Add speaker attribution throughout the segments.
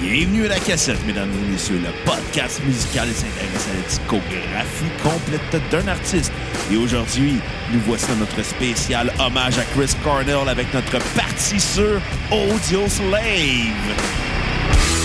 Speaker 1: Bienvenue à la cassette, mesdames et messieurs, le podcast musical s'intéresse à la discographie complète d'un artiste. Et aujourd'hui, nous voici dans notre spécial hommage à Chris Cornell avec notre partie sur Audio Slave.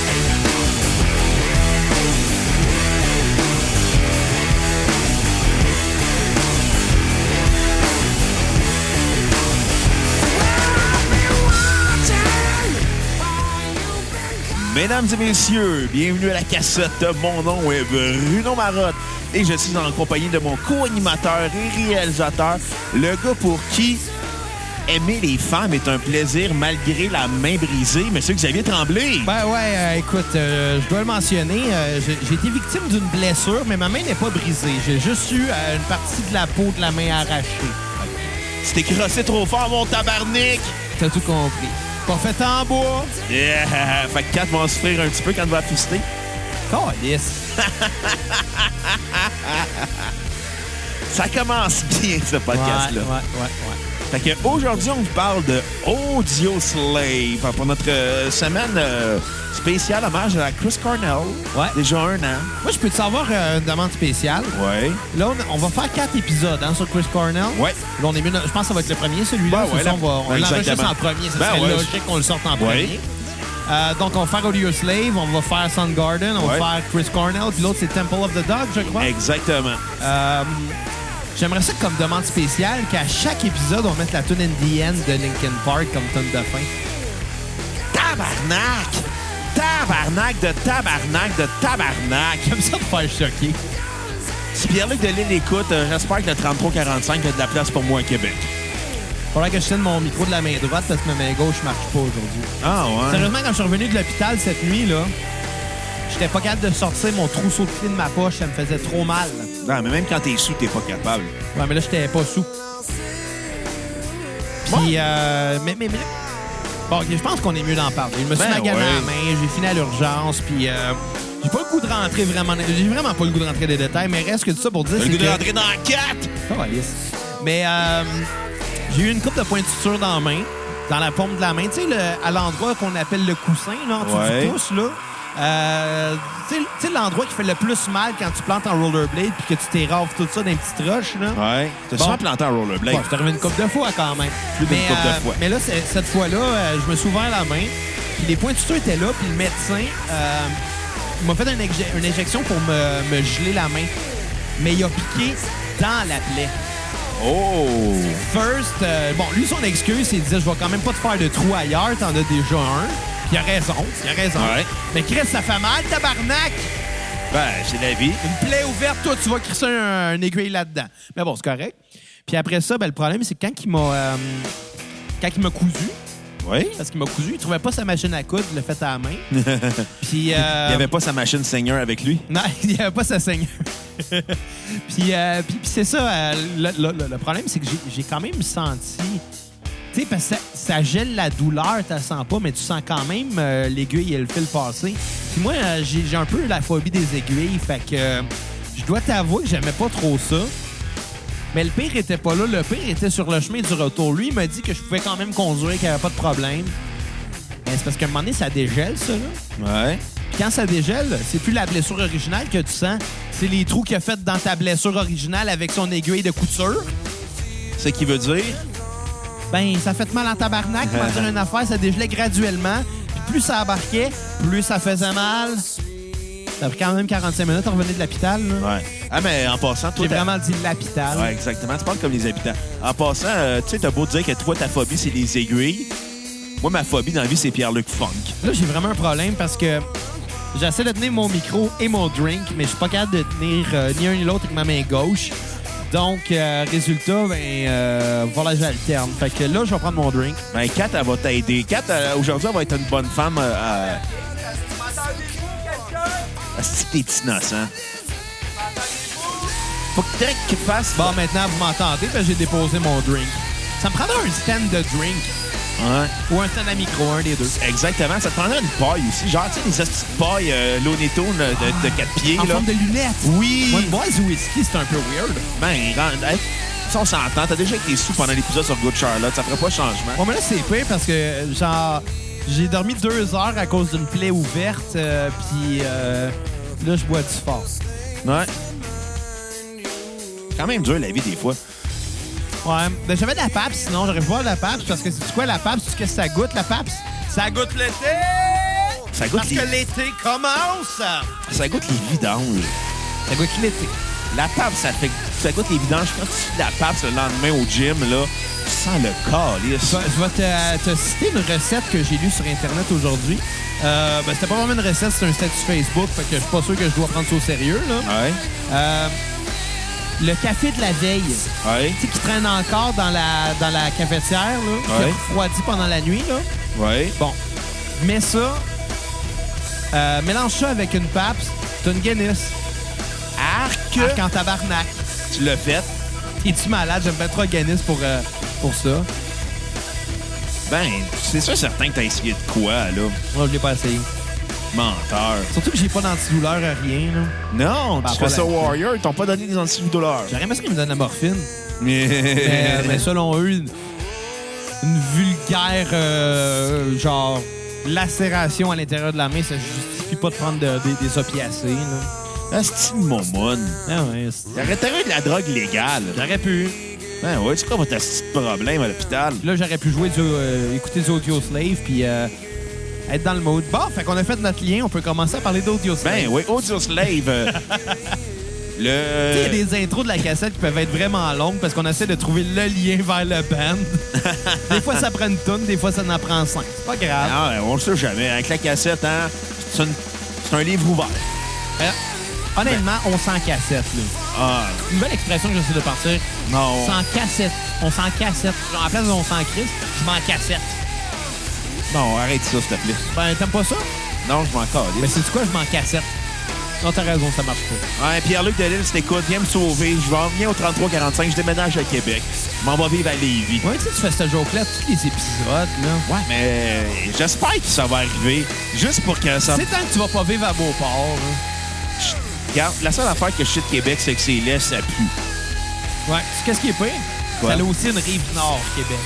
Speaker 1: Mesdames et messieurs, bienvenue à la cassette. Mon nom est Bruno Marotte et je suis en compagnie de mon co-animateur et réalisateur, le gars pour qui aimer les femmes est un plaisir malgré la main brisée, Monsieur Xavier Tremblay.
Speaker 2: Ben ouais, euh, écoute, euh, je dois le mentionner, euh, j'ai j'ai été victime d'une blessure, mais ma main n'est pas brisée. J'ai juste eu euh, une partie de la peau de la main arrachée.
Speaker 1: Tu t'es crossé trop fort, mon tabarnak!
Speaker 2: T'as tout compris. Pas fait en bois.
Speaker 1: Yeah! Fait que Kat va en souffrir un petit peu quand elle va fister.
Speaker 2: Calice.
Speaker 1: Ça commence bien, ce
Speaker 2: Ouais, ouais,
Speaker 1: podcast-là.
Speaker 2: ouais,
Speaker 1: Fait que aujourd'hui, on vous parle de Audio Slave pour notre euh, semaine euh, spéciale hommage à Chris Cornell.
Speaker 2: Ouais.
Speaker 1: Déjà un an.
Speaker 2: ouais. Moi, je peux te savoir euh, une demande spéciale.
Speaker 1: Ouais.
Speaker 2: Là, on, on va faire quatre épisodes hein, sur Chris Cornell.
Speaker 1: Ouais.
Speaker 2: Là, on est mieux- je pense que ça va être le premier, celui-là.
Speaker 1: Ben ouais,
Speaker 2: C'est ça,
Speaker 1: la-
Speaker 2: on va- on
Speaker 1: ben
Speaker 2: l'enregistre
Speaker 1: exactement.
Speaker 2: en premier. Ce
Speaker 1: Ben
Speaker 2: serait
Speaker 1: ouais.
Speaker 2: logique qu'on le sorte en premier.
Speaker 1: Ouais.
Speaker 2: Euh, donc, on va faire Audio Slave, on va faire Soundgarden, on
Speaker 1: Ouais.
Speaker 2: va faire Chris Cornell, puis l'autre, c'est Temple of the Dog, je crois.
Speaker 1: Exactement.
Speaker 2: Euh, J'aimerais ça comme demande spéciale qu'à chaque épisode, on mette la tune In The End de Linkin Park comme tune de fin.
Speaker 1: Tabarnak! Tabarnak de tabarnak de tabarnak!
Speaker 2: J'aime ça de faire choquer.
Speaker 1: Si Pierre-Luc Delisle écoute, euh, j'espère que le 3345 a de la place pour moi à Québec.
Speaker 2: Faudrait que je tienne mon micro de la main droite parce que ma main gauche marche pas aujourd'hui.
Speaker 1: Ah ouais?
Speaker 2: Sérieusement, quand je suis revenu de l'hôpital cette nuit, là, j'étais pas capable de sortir mon trousseau de clé de ma poche, ça me faisait trop mal.
Speaker 1: Non, mais même quand t'es sous, t'es pas capable.
Speaker 2: Ouais, mais là, j'étais pas sous. Puis, euh, mais, mais, mais là- Bon, ok, je pense qu'on est mieux d'en parler. Je me suis
Speaker 1: Ben
Speaker 2: magané à la
Speaker 1: ouais.
Speaker 2: main, j'ai fini à l'urgence, puis euh, j'ai pas le goût de rentrer vraiment... J'ai vraiment pas le goût de rentrer des détails, mais reste que tout ça pour dire...
Speaker 1: T'as
Speaker 2: c'est
Speaker 1: le goût de
Speaker 2: que-
Speaker 1: rentrer dans la 4!
Speaker 2: Calisse. Mais euh, j'ai eu une coupe de points de suture dans la main, dans la paume de la main. Tu sais, le- à l'endroit qu'on appelle le coussin, là, en dessous
Speaker 1: Ouais.
Speaker 2: du pouce, là. Euh, tu sais- tu sais, l'endroit qui fait le plus mal quand tu plantes en rollerblade puis que tu t'érafles tout ça d'un petit roche, là.
Speaker 1: Ouais. T'as
Speaker 2: Bon.
Speaker 1: souvent planté un rollerblade.
Speaker 2: Bon, c'est arrivé une coupe de fois quand même.
Speaker 1: Plus d'une
Speaker 2: Mais, euh,
Speaker 1: couple de fois.
Speaker 2: Mais là, c'est- cette fois-là, euh, je me suis ouvert la main. Puis les points de suture étaient là. Puis le médecin euh, il m'a fait une, ex- une injection pour me, me geler la main. Mais il a piqué dans la plaie.
Speaker 1: Oh!
Speaker 2: First, euh, bon, lui, son excuse, c'est de dire, je vais quand même pas te faire de trou ailleurs, t'en as déjà un. Puis il a raison, il a raison.
Speaker 1: Ouais.
Speaker 2: Mais Chris, ça fait mal, tabarnak!
Speaker 1: Ben, j'ai la vie.
Speaker 2: Une plaie ouverte, toi, tu vas crisser un, un aiguille là-dedans. Mais bon, c'est correct. Puis après ça, ben, le problème, c'est que quand il m'a... euh, quand il m'a cousu,
Speaker 1: Oui?
Speaker 2: parce qu'il m'a cousu, il trouvait pas sa machine à coudre, il l'a fait à la main. Puis... euh,
Speaker 1: Il n'y avait pas sa machine seigneur avec lui.
Speaker 2: Non, il n'y avait pas sa seigneur. puis euh, puis, puis c'est ça, euh, le, le- le- le problème, c'est que j'ai- j'ai quand même senti... Tu sais, parce que ça, ça gèle la douleur, tu la sens pas, mais tu sens quand même euh, l'aiguille et le fil passer. Puis moi, euh, j'ai j'ai un peu la phobie des aiguilles, fait que euh, je dois t'avouer que j'aimais pas trop ça. Mais le pire était pas là. Le pire était sur le chemin du retour. Lui, il m'a dit que je pouvais quand même conduire, qu'il n'y avait pas de problème. Mais c'est parce qu'à un moment donné, ça dégèle, ça, là.
Speaker 1: Ouais.
Speaker 2: Puis quand ça dégèle, c'est plus la blessure originale que tu sens, c'est les trous qu'il a fait dans ta blessure originale avec son aiguille de couture.
Speaker 1: Ce qui veut dire.
Speaker 2: Ben, ça fait mal en tabarnak, comment dire une affaire, ça dégelait graduellement. Puis plus ça embarquait, plus ça faisait mal. Ça a pris quand même 45 minutes à revenir de l'hôpital. là.
Speaker 1: Ouais. Ah, mais en passant, toi.
Speaker 2: J'ai
Speaker 1: t'as-
Speaker 2: vraiment dit l'hôpital.
Speaker 1: Ouais, exactement. Tu parles comme les habitants. En passant, euh, tu sais, t'as beau dire que toi, ta phobie, c'est les aiguilles. Moi, ma phobie dans la vie, c'est Pierre-Luc Funk.
Speaker 2: Là, j'ai vraiment un problème parce que j'essaie de tenir mon micro et mon drink, mais je suis pas capable de tenir euh, ni un ni l'autre avec ma main gauche. Donc, euh, résultat, ben, euh, voilà, j'alterne. Fait que là, je vais prendre mon drink.
Speaker 1: Ben, Kat, elle va t'aider. Kat, euh, aujourd'hui, elle va être une bonne femme. Euh, si t'es innocent. Faut que direct qu'il fasse.
Speaker 2: Bon, maintenant, vous m'entendez, parce que j'ai déposé mon drink. Ça me prendrait un stand de drink
Speaker 1: Ouais.
Speaker 2: ou un stand à micro, un des deux.
Speaker 1: Exactement. Ça te prendrait une paille aussi. Genre, tu sais, les astuces de paille, euh, Looney Tunes, euh, de, de quatre pieds,
Speaker 2: En
Speaker 1: là.
Speaker 2: forme de lunettes.
Speaker 1: Oui.
Speaker 2: Moi, une boise ou whisky, c'est un peu weird.
Speaker 1: Ben, dans- hey, si on s'entend, t'as déjà été sous pendant l'épisode sur Good Charlotte, ça ferait pas changement.
Speaker 2: Bon, mais là, c'est pire parce que, genre, J'ai dormi deux heures à cause d'une plaie ouverte, euh, puis euh, là, je bois du fort.
Speaker 1: Ouais. Quand même dur la vie des fois.
Speaker 2: Ouais. Ben, j'avais de la PAPS, sinon, j'aurais pu boire de la PAPS, parce que c'est quoi la PAPS? Qu'est-ce que ça goûte, la PAPS? Ça goûte l'été!
Speaker 1: Ça goûte
Speaker 2: Parce
Speaker 1: les-
Speaker 2: que l'été commence! Ça
Speaker 1: Ça goûte les vidanges.
Speaker 2: goûte l'été.
Speaker 1: La pape, ça fait ça goûte les vidanges. Quand tu fais de la pape le lendemain au gym, là, tu sens le calice.
Speaker 2: Je vais- je vais te, te citer une recette que j'ai lue sur Internet aujourd'hui. Euh, ben, c'était pas vraiment une recette, c'est un statut Facebook, fait que je suis pas sûr que je dois prendre ça au sérieux, là.
Speaker 1: Ouais,
Speaker 2: Euh, le café de la veille,
Speaker 1: ouais,
Speaker 2: tu sais, qui traîne encore dans la, dans la cafetière, là, qui
Speaker 1: Ouais.
Speaker 2: a refroidi pendant la nuit, là.
Speaker 1: ouais.
Speaker 2: Bon, mets ça, euh, mélange ça avec une PAPS, t'as une Guinness.
Speaker 1: Arc,
Speaker 2: Arc en tabarnak.
Speaker 1: tu l'as fait.
Speaker 2: Es-tu malade? J'aime pas trop Guinness pour, euh, pour ça.
Speaker 1: Ben, c'est sûr certain que t'as essayé de quoi, là.
Speaker 2: Moi, je l'ai pas essayé.
Speaker 1: Menteur.
Speaker 2: Surtout que j'ai pas d'antidouleur à rien, là.
Speaker 1: Non,
Speaker 2: Ben,
Speaker 1: tu
Speaker 2: pas
Speaker 1: fais ça
Speaker 2: la-
Speaker 1: au Warrior, ils t'ont pas donné des antidouleurs.
Speaker 2: J'aurais aimé ça qu'ils me donnent la morphine. Mais,
Speaker 1: Mais...
Speaker 2: euh, mais selon eux, une, une vulgaire, euh, genre, lacération à l'intérieur de la main, ça justifie pas de prendre de- des- des opiacés, là.
Speaker 1: Ah, c'est une momone.
Speaker 2: Ah ouais, c'est-
Speaker 1: T'arrêterais de la drogue légale.
Speaker 2: J'aurais pu.
Speaker 1: Ben ouais, c'est quoi votre petit problème à l'hôpital?
Speaker 2: Là, j'aurais pu jouer du, euh, écouter du Audio Slave, puis euh, être dans le mode. Bon, fait qu'on a fait notre lien, on peut commencer à parler d'Audio Slave.
Speaker 1: Ben oui, Audio Slave. euh,
Speaker 2: Tu sais, il y
Speaker 1: le...
Speaker 2: a des intros de la cassette qui peuvent être vraiment longues parce qu'on essaie de trouver le lien vers le band. des fois, ça prend une tonne, des fois, ça en prend cinq. C'est pas grave.
Speaker 1: Ah, on le sait jamais. Avec la cassette, hein, c'est une- c'est un livre ouvert.
Speaker 2: Euh, Honnêtement, on s'en cassette, là.
Speaker 1: Ah,
Speaker 2: Nouvelle expression que j'essaie de partir.
Speaker 1: non.
Speaker 2: S'en cassette. On s'en cassette. Genre, à la place on s'en crisse, je m'en cassette.
Speaker 1: Non, arrête ça, s'il te plaît.
Speaker 2: Ben, t'aimes pas ça?
Speaker 1: Non, je m'en calisse.
Speaker 2: Ben, c'est quoi, je m'en cassette? Non, t'as raison, ça marche pas.
Speaker 1: Ouais, Pierre-Luc Delisle, si t'écoutes, viens me sauver. Je vais en venir au 3345, je déménage à Québec. Je m'en vais vivre à Lévis.
Speaker 2: Ouais, tu sais, tu fais ce joke-là tous les épisodes, là.
Speaker 1: Ouais, mais j'espère que ça va arriver. Juste pour que ça...
Speaker 2: C'est tant que tu vas pas vivre à Beauport. hein.
Speaker 1: Regarde, la seule affaire que je sais de Québec, c'est que c'est laid, ça pue.
Speaker 2: Ouais. Tu sais, qu'est-ce qui est pire?
Speaker 1: Quoi?
Speaker 2: Ça a aussi une rive nord, Québec.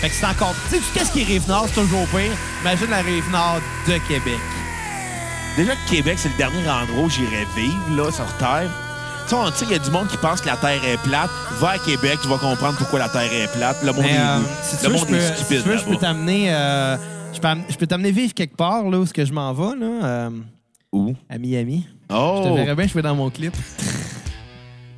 Speaker 2: Fait que c'est encore. Tu sais, tu sais, qu'est-ce qui est rive nord, c'est toujours pire. Imagine la rive nord de Québec.
Speaker 1: Déjà que Québec, c'est le dernier endroit où j'irais vivre, là, sur Terre. Tu sais, on- tu sais, il y a du monde qui pense que la Terre est plate. Va à Québec, tu vas comprendre pourquoi la Terre est plate. Le monde
Speaker 2: Mais,
Speaker 1: est,
Speaker 2: euh,
Speaker 1: le
Speaker 2: si tu veux, je
Speaker 1: monde est
Speaker 2: peux, si
Speaker 1: stupide.
Speaker 2: tu veux, je peux
Speaker 1: là-bas.
Speaker 2: t'amener. euh, je peux am- je peux t'amener vivre quelque part, là, où ce que je m'en vais, là, euh,
Speaker 1: Où?
Speaker 2: à Miami. Je te
Speaker 1: Oh!
Speaker 2: verrais bien, je vais dans mon clip.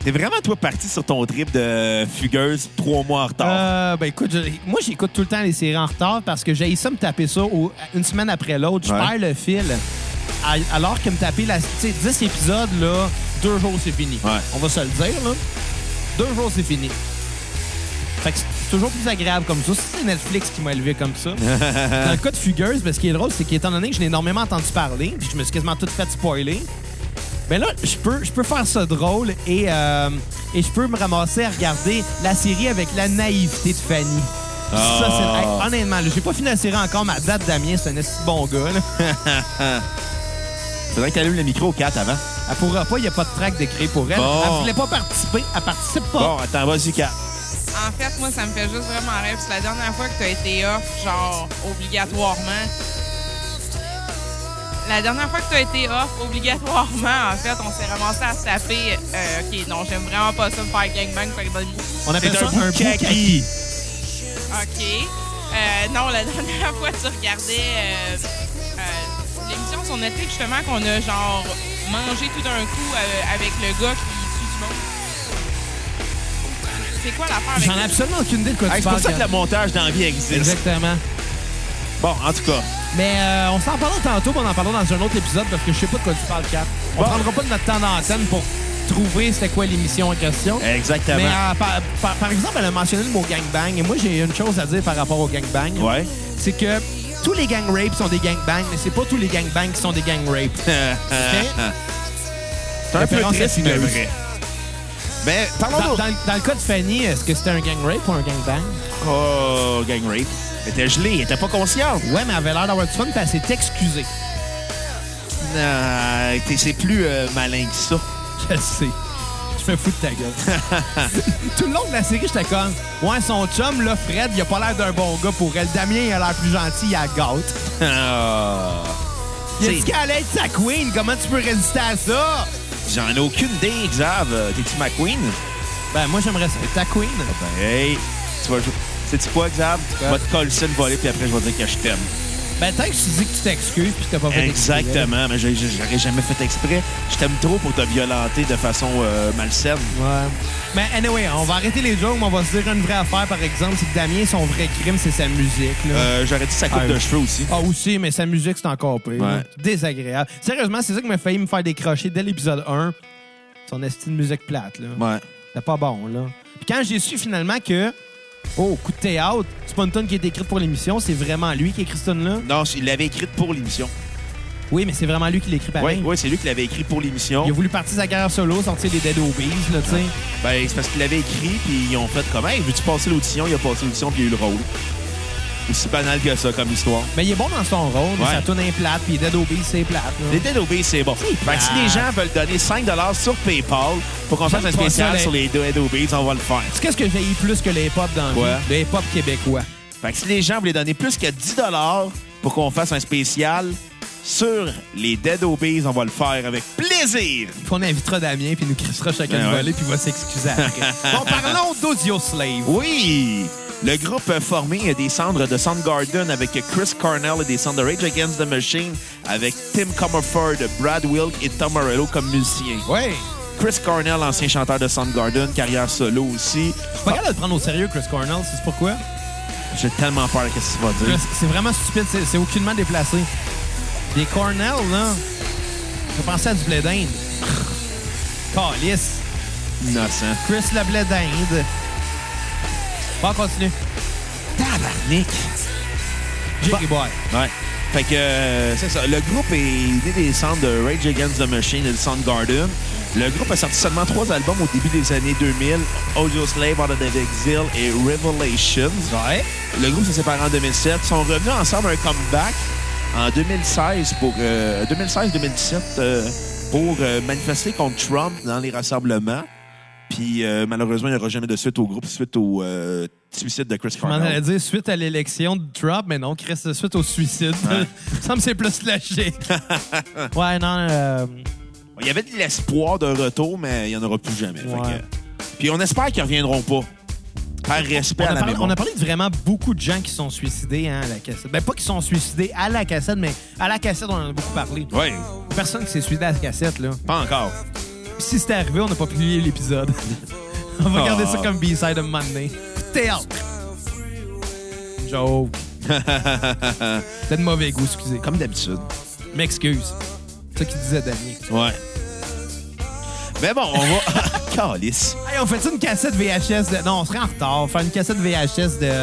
Speaker 1: T'es vraiment, toi, parti sur ton trip de fugueuse trois mois en retard.
Speaker 2: Euh, ben écoute, je- moi j'écoute tout le temps les séries en retard parce que j'ai ça me taper ça au- une semaine après l'autre. Je
Speaker 1: Ouais.
Speaker 2: perds le fil. À- Alors que me taper la, tu sais, 10 épisodes, là, deux jours c'est fini.
Speaker 1: Ouais.
Speaker 2: On va se le dire, là. Deux jours c'est fini. Fait que c'est toujours plus agréable comme ça. C'est Netflix qui m'a élevé comme ça.
Speaker 1: Euh.
Speaker 2: Dans le cas de Fugueuse, ben, ce qui est drôle, c'est qu'étant donné que je l'ai énormément entendu parler, puis je me suis quasiment tout fait spoiler, ben là, je peux, je peux faire ça drôle et, euh, et je peux me ramasser à regarder la série avec la naïveté de Fanny. Puis Ça,
Speaker 1: Ah.
Speaker 2: c'est, hey, honnêtement, là, j'ai pas fini la série encore, ma date Damien, c'est un esti bon gars. là. Euh.
Speaker 1: Faudrait que t'allumes le micro au 4 avant.
Speaker 2: Elle pourra pas, il y a pas de track de créer pour elle.
Speaker 1: Bon.
Speaker 2: Elle voulait pas participer, elle participe pas.
Speaker 1: Bon, attends, vas-y, 4.
Speaker 3: En fait, moi, ça me fait juste vraiment rêve. C'est la dernière fois que tu as été off, genre, obligatoirement. La dernière fois que tu as été off, obligatoirement, en fait, on s'est ramassé à se taper. euh, OK, non, j'aime vraiment pas ça, me faire gangbang, faire de
Speaker 2: On appelle
Speaker 1: C'est
Speaker 2: ça
Speaker 1: un bout
Speaker 2: un
Speaker 1: de kaki.
Speaker 2: boukaki.
Speaker 3: OK. Euh, non, la dernière fois, tu regardais euh, euh, l'émission sur Netflix, justement, qu'on a, genre, mangé tout d'un coup euh, avec le gars qui tue du monde. C'est quoi l'affaire avec
Speaker 2: J'en ai
Speaker 3: le-
Speaker 2: absolument aucune idée de quoi
Speaker 1: Hey,
Speaker 2: tu
Speaker 1: c'est pour
Speaker 2: parles.
Speaker 1: ça que le
Speaker 2: Gab.
Speaker 1: montage dans la vie existe.
Speaker 2: Exactement.
Speaker 1: Bon, en tout cas,
Speaker 2: Mais euh, on s'en parlera tantôt, mais on en parlera dans un autre épisode parce que je sais pas de quoi tu parles, Cap. On
Speaker 1: Bon.
Speaker 2: prendra pas de notre temps d'antenne pour trouver c'était quoi l'émission en question.
Speaker 1: exactement.
Speaker 2: Mais euh, par, par- par exemple, elle a mentionné le mot gangbang. Et moi, j'ai une chose à dire par rapport au gangbang.
Speaker 1: Ouais.
Speaker 2: C'est que tous les gang rapes sont des gangbangs, mais c'est pas tous les gangbangs qui sont des gang rapes.
Speaker 1: c'est un peu
Speaker 2: Référence à
Speaker 1: triste, mais
Speaker 2: Fugueuse.
Speaker 1: vrai. Mais parlons
Speaker 2: Dans,
Speaker 1: d'autre.
Speaker 2: dans le- dans le cas de Fanny, est-ce que c'était un gang rape ou un gangbang?
Speaker 1: Oh, gang rape. Elle était gelée, elle était pas consciente.
Speaker 2: Ouais, mais elle avait l'air d'avoir du fun, puis elle s'est excusée.
Speaker 1: Euh, t'es- c'est plus euh, malin que ça.
Speaker 2: Je le sais. Je je me fous de ta gueule. Tout le long de la série, j'étais comme, ouais, son chum, là, Fred, il a pas l'air d'un bon gars pour elle. Damien, il a l'air plus gentil, il a gâte.
Speaker 1: Ah.
Speaker 2: Il a
Speaker 1: C'est-
Speaker 2: dit qu'elle allait être sa queen. Comment tu peux résister à ça?
Speaker 1: J'en ai aucune idée, Xav. Euh, T'es-tu ma queen?
Speaker 2: Ben, moi, j'aimerais ça. Ta queen?
Speaker 1: Ben, hey, tu vas jouer. Sais-tu quoi, Xav? Je vais te coller ça une volée, puis après, je vais dire que je t'aime.
Speaker 2: Ben, tant que tu dis que tu t'excuses puis que t'as pas fait exprès.
Speaker 1: Exactement, mais j'ai- j'ai- j'aurais jamais fait exprès. Je t'aime trop pour te violenter de façon euh, malsaine.
Speaker 2: Ouais. Mais anyway, on va arrêter les jokes, mais on va se dire une vraie affaire, par exemple, c'est que Damien, son vrai crime, c'est sa musique. Là.
Speaker 1: Euh, j'aurais dit sa coupe
Speaker 2: Ah,
Speaker 1: de
Speaker 2: oui.
Speaker 1: cheveux aussi.
Speaker 2: Ah aussi, mais sa musique, c'est encore pire. là.
Speaker 1: Ouais.
Speaker 2: Désagréable. Sérieusement, c'est ça qui m'a failli me faire décrocher dès l'épisode 1. Son esti de musique plate, là.
Speaker 1: Ouais.
Speaker 2: C'était pas bon, là. Puis quand j'ai su finalement que... Oh, coup de théâtre, c'est pas une tune qui est écrite pour l'émission, c'est vraiment lui qui écrit cette tune-là.
Speaker 1: Non, il l'avait écrite pour l'émission.
Speaker 2: Oui, mais c'est vraiment lui qui l'écrit
Speaker 1: Oui,
Speaker 2: pareil.
Speaker 1: ouais, c'est lui qui l'avait écrit pour l'émission.
Speaker 2: Il a voulu partir sa carrière solo, sortir des Dead Obies, là, tu sais.
Speaker 1: Ben, c'est parce qu'il l'avait écrit, puis ils ont fait comme, hey, veux-tu passer l'audition? Il a passé l'audition, puis il a eu le rôle. Aussi banal que ça comme histoire.
Speaker 2: Mais il est bon dans son rôle, mais
Speaker 1: Ouais.
Speaker 2: sa tune est plate, puis Dead Obies, c'est plate. là.
Speaker 1: Les Dead Obees, c'est bon. Fait que si
Speaker 2: Ah.
Speaker 1: les gens veulent donner 5 sur PayPal pour qu'on fasse
Speaker 2: J'aime
Speaker 1: un
Speaker 2: pas
Speaker 1: spécial
Speaker 2: ça, les-
Speaker 1: sur les Dead Obees, on va le faire.
Speaker 2: Tu sais Qu'est-ce que j'ai plus que les hip-hop dans
Speaker 1: Quoi?
Speaker 2: le Le hip-hop québécois.
Speaker 1: Fait que si les gens voulaient donner plus que 10 pour qu'on fasse un spécial sur les Dead Obees, on va le faire avec plaisir.
Speaker 2: Puis on invitera Damien, puis il nous crissera chacun
Speaker 1: Ben
Speaker 2: une
Speaker 1: ouais.
Speaker 2: volée, puis il va s'excuser après. bon, parlons d'Audio Slave.
Speaker 1: Oui! Le groupe euh, formé euh, des cendres de Soundgarden avec euh, Chris Cornell et des cendres de Rage Against the Machine avec Tim Comerford, Brad Wilk et Tom Morello comme musiciens.
Speaker 2: Ouais.
Speaker 1: Chris Cornell, ancien chanteur de Soundgarden, carrière solo aussi.
Speaker 2: Faut pas grave de le prendre au sérieux, Chris Cornell, c'est pourquoi.
Speaker 1: J'ai tellement peur qu'est-ce que ça va
Speaker 2: Chris,
Speaker 1: dire.
Speaker 2: C'est vraiment stupide, c'est- c'est aucunement déplacé. Des Cornell, là, je pensais à du blé d'Inde. Calice.
Speaker 1: Innocent.
Speaker 2: Chris le blé d'Inde. Bon, on continue.
Speaker 1: Tabarnak!
Speaker 2: Jerry Boy.
Speaker 1: Ouais. Fait que euh, c'est ça. Le groupe est né des cendres de Rage Against the Machine et de Soundgarden. Le groupe a sorti seulement trois albums au début des années 2000, Audio Slave, Out of the Exile et Revelations.
Speaker 2: Ouais.
Speaker 1: Le groupe s'est séparé en 2007. Ils sont revenus ensemble à un comeback en 2016 pour euh, 2016-2017 euh, pour euh, manifester contre Trump dans les rassemblements. Puis euh, malheureusement, il n'y aura jamais de suite au groupe suite au euh, suicide de Chris
Speaker 2: Je m'en allais
Speaker 1: Cornell.
Speaker 2: dire suite à l'élection de Trump, mais non, Chris, de suite au suicide.
Speaker 1: Ouais.
Speaker 2: Il me semble que c'est plus logique. ouais, non. euh,
Speaker 1: Il y avait de l'espoir d'un retour, mais il n'y en aura plus jamais. Fait que-
Speaker 2: Ouais.
Speaker 1: Puis on espère qu'ils reviendront pas. Par respect
Speaker 2: on,
Speaker 1: à
Speaker 2: a
Speaker 1: la
Speaker 2: parlé,
Speaker 1: mémoire.
Speaker 2: on a parlé de vraiment beaucoup de gens qui sont suicidés hein, à la cassette. Ben, pas qui sont suicidés à la cassette, mais à la cassette, on en a beaucoup parlé.
Speaker 1: Oui,
Speaker 2: Personne qui s'est suicidé à la cassette, là.
Speaker 1: pas encore.
Speaker 2: Puis si c'était arrivé, on n'a pas publié l'épisode. on va garder ça
Speaker 1: Ah.
Speaker 2: comme B-side un moment donné. Théâtre. Joke. C'était de mauvais goût, excusez.
Speaker 1: Comme d'habitude.
Speaker 2: M'excuse. C'est ça qu'il disait, Damien.
Speaker 1: Ouais. Mais bon, on va. Calice.
Speaker 2: Hey, on fait une cassette VHS de... Non, on serait en retard. Faire une cassette VHS de,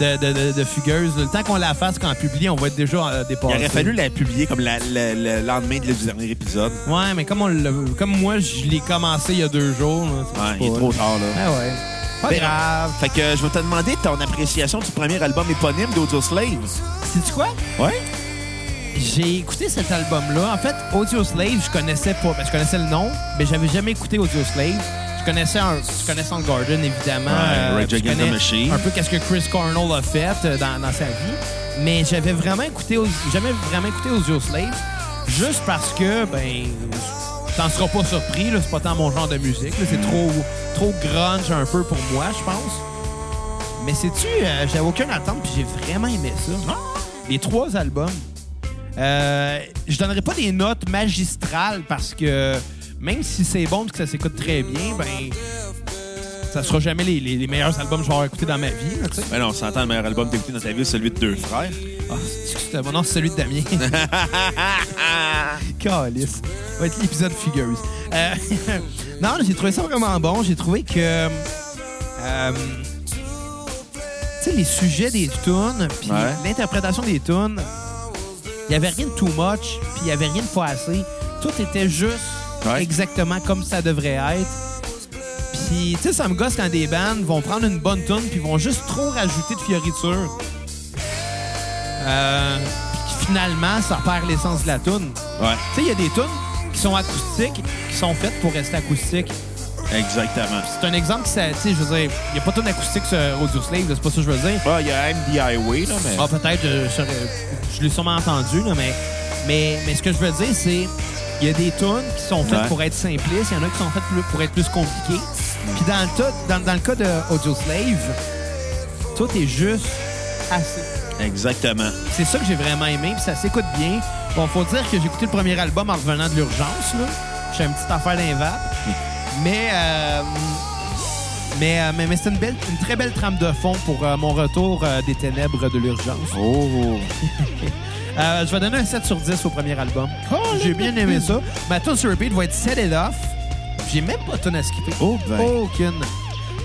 Speaker 2: de, de, de- de Fugueuse. Le temps qu'on la fasse, qu'on publie, on va être déjà euh,
Speaker 1: Il
Speaker 2: dépassé.
Speaker 1: aurait fallu la publier comme la- la- le lendemain de- du dernier épisode.
Speaker 2: Ouais, mais comme, on l'a- comme moi, je l'ai commencé il y a deux jours. là, c'est
Speaker 1: Ouais,
Speaker 2: pas-
Speaker 1: il est trop tard, là.
Speaker 2: Ah ouais. Pas
Speaker 1: Ben,
Speaker 2: grave.
Speaker 1: Fait que je vais te demander ton appréciation du premier album éponyme d'Audio Slave.
Speaker 2: Sais-tu quoi?
Speaker 1: Ouais?
Speaker 2: J'ai écouté cet album-là. En fait, Audio Slave, je connaissais pas. Ben, je connaissais le nom, mais j'avais jamais écouté Audio Slave. Je connaissais, un, je connaissais Soundgarden, évidemment.
Speaker 1: Ouais, Rage
Speaker 2: puis je
Speaker 1: Against the
Speaker 2: connais
Speaker 1: Machine.
Speaker 2: Un peu qu'est-ce que Chris Cornell a fait euh, dans, dans sa vie. Mais j'avais vraiment écouté, Aus- jamais vraiment écouté Audio Slave, juste parce que, ben, t'en seras pas surpris, là, c'est pas tant mon genre de musique. là. C'est trop, trop grunge un peu pour moi, je pense. Mais sais-tu, euh, j'avais aucune attente, puis j'ai vraiment aimé ça.
Speaker 1: Ah.
Speaker 2: Les trois albums. Euh, je donnerai pas des notes magistrales parce que même si c'est bon et que ça s'écoute très bien, ben ça sera jamais les, les- les meilleurs albums que je vais avoir écoutés dans ma vie. là, tu sais.
Speaker 1: Ben non, on s'entend, le meilleur album que t'as écouté dans ta vie, c'est celui de Deux Frères.
Speaker 2: Ah, c'est-tu que c'était bon? Non, c'est celui de Damien. Calice. Ça va être l'épisode figueuse. Euh, non, j'ai trouvé ça vraiment bon. J'ai trouvé que. euh, tu sais, les sujets des tunes, puis
Speaker 1: Ouais.
Speaker 2: l'interprétation des tunes, il n'y avait rien de too much, puis il n'y avait rien de pas assez. Tout était juste
Speaker 1: Ouais.
Speaker 2: exactement comme ça devrait être. Puis, tu sais, ça me gosse quand des bandes vont prendre une bonne tune puis vont juste trop rajouter de fioritures. Euh, puis finalement, ça perd l'essence de la tune.
Speaker 1: Ouais.
Speaker 2: Tu sais, il y a des tunes qui sont acoustiques, qui sont faites pour rester acoustiques.
Speaker 1: Exactement.
Speaker 2: C'est un exemple qui, ça- tu sais, je veux dire, il n'y a pas tout d'acoustique sur Audio Slave, là, c'est pas ça que je veux dire.
Speaker 1: Ah, il y a MD Highway, là, mais.
Speaker 2: Ah, peut-être, euh, je, serais- je l'ai sûrement entendu, là, mais, mais, mais ce que je veux dire, c'est il y a des tunes qui sont faites
Speaker 1: Ouais.
Speaker 2: pour être simplistes, il y en a qui sont faites plus- pour être plus compliquées. Puis dans le, tas- dans, dans le cas de Audio Slave, tout est juste assez.
Speaker 1: Exactement.
Speaker 2: C'est ça que j'ai vraiment aimé, puis ça s'écoute bien. Bon, faut dire que j'ai écouté le premier album en revenant de l'urgence, là. J'ai une petite affaire d'invap. Mais, euh, mais, euh, mais, mais c'est une, belle, une très belle trame de fond pour euh, mon retour euh, des ténèbres de l'urgence.
Speaker 1: Oh.
Speaker 2: Euh, je vais donner un 7 sur 10 au premier album. j'ai bien aimé ça. Ma tune sur repeat va être Set It Off. J'ai même pas de tune à skipper.
Speaker 1: Oh, ben.
Speaker 2: Aucune.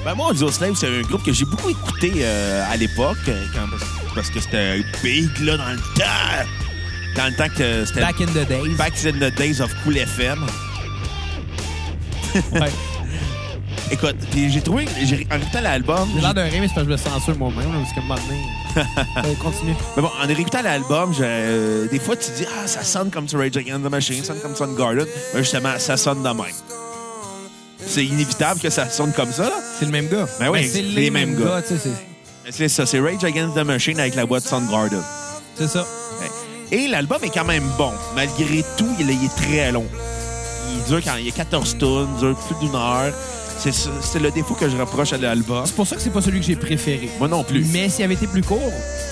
Speaker 1: Ben moi, Audio Slave, c'est un groupe que j'ai beaucoup écouté euh, à l'époque, euh, quand- parce que c'était big, là, dans le temps. Dans le temps que c'était
Speaker 2: Back in the days.
Speaker 1: Back in the Days of Cool FM.
Speaker 2: Ouais.
Speaker 1: Écoute, puis j'ai trouvé, j'ai- en écoutant l'album,
Speaker 2: J'ai l'air d'un rien, mais c'est parce que je me censure moi-même, là, parce qu'à un moment donné... Euh, continue.
Speaker 1: Mais bon, en écoutant l'album, je- euh, des fois, tu dis, ah, ça sonne comme Rage Against the Machine, ça sonne comme Soundgarden. Mais justement, ça sonne de même. C'est inévitable que ça sonne comme ça, là.
Speaker 2: C'est le même gars.
Speaker 1: Ben oui,
Speaker 2: Mais c'est les, mêmes gars. tu sais, c'est-
Speaker 1: Mais c'est ça, c'est Rage Against the Machine avec la voix de Soundgarden.
Speaker 2: c'est ça.
Speaker 1: Ouais. Et l'album est quand même bon. Malgré tout, il est, il est très long. Il dure quand il y a 14 tunes, il dure plus d'une heure. C'est ça- c'est le défaut que je reproche à l'album.
Speaker 2: C'est pour ça que c'est pas celui que j'ai préféré.
Speaker 1: Moi non plus.
Speaker 2: Mais s'il avait été plus court,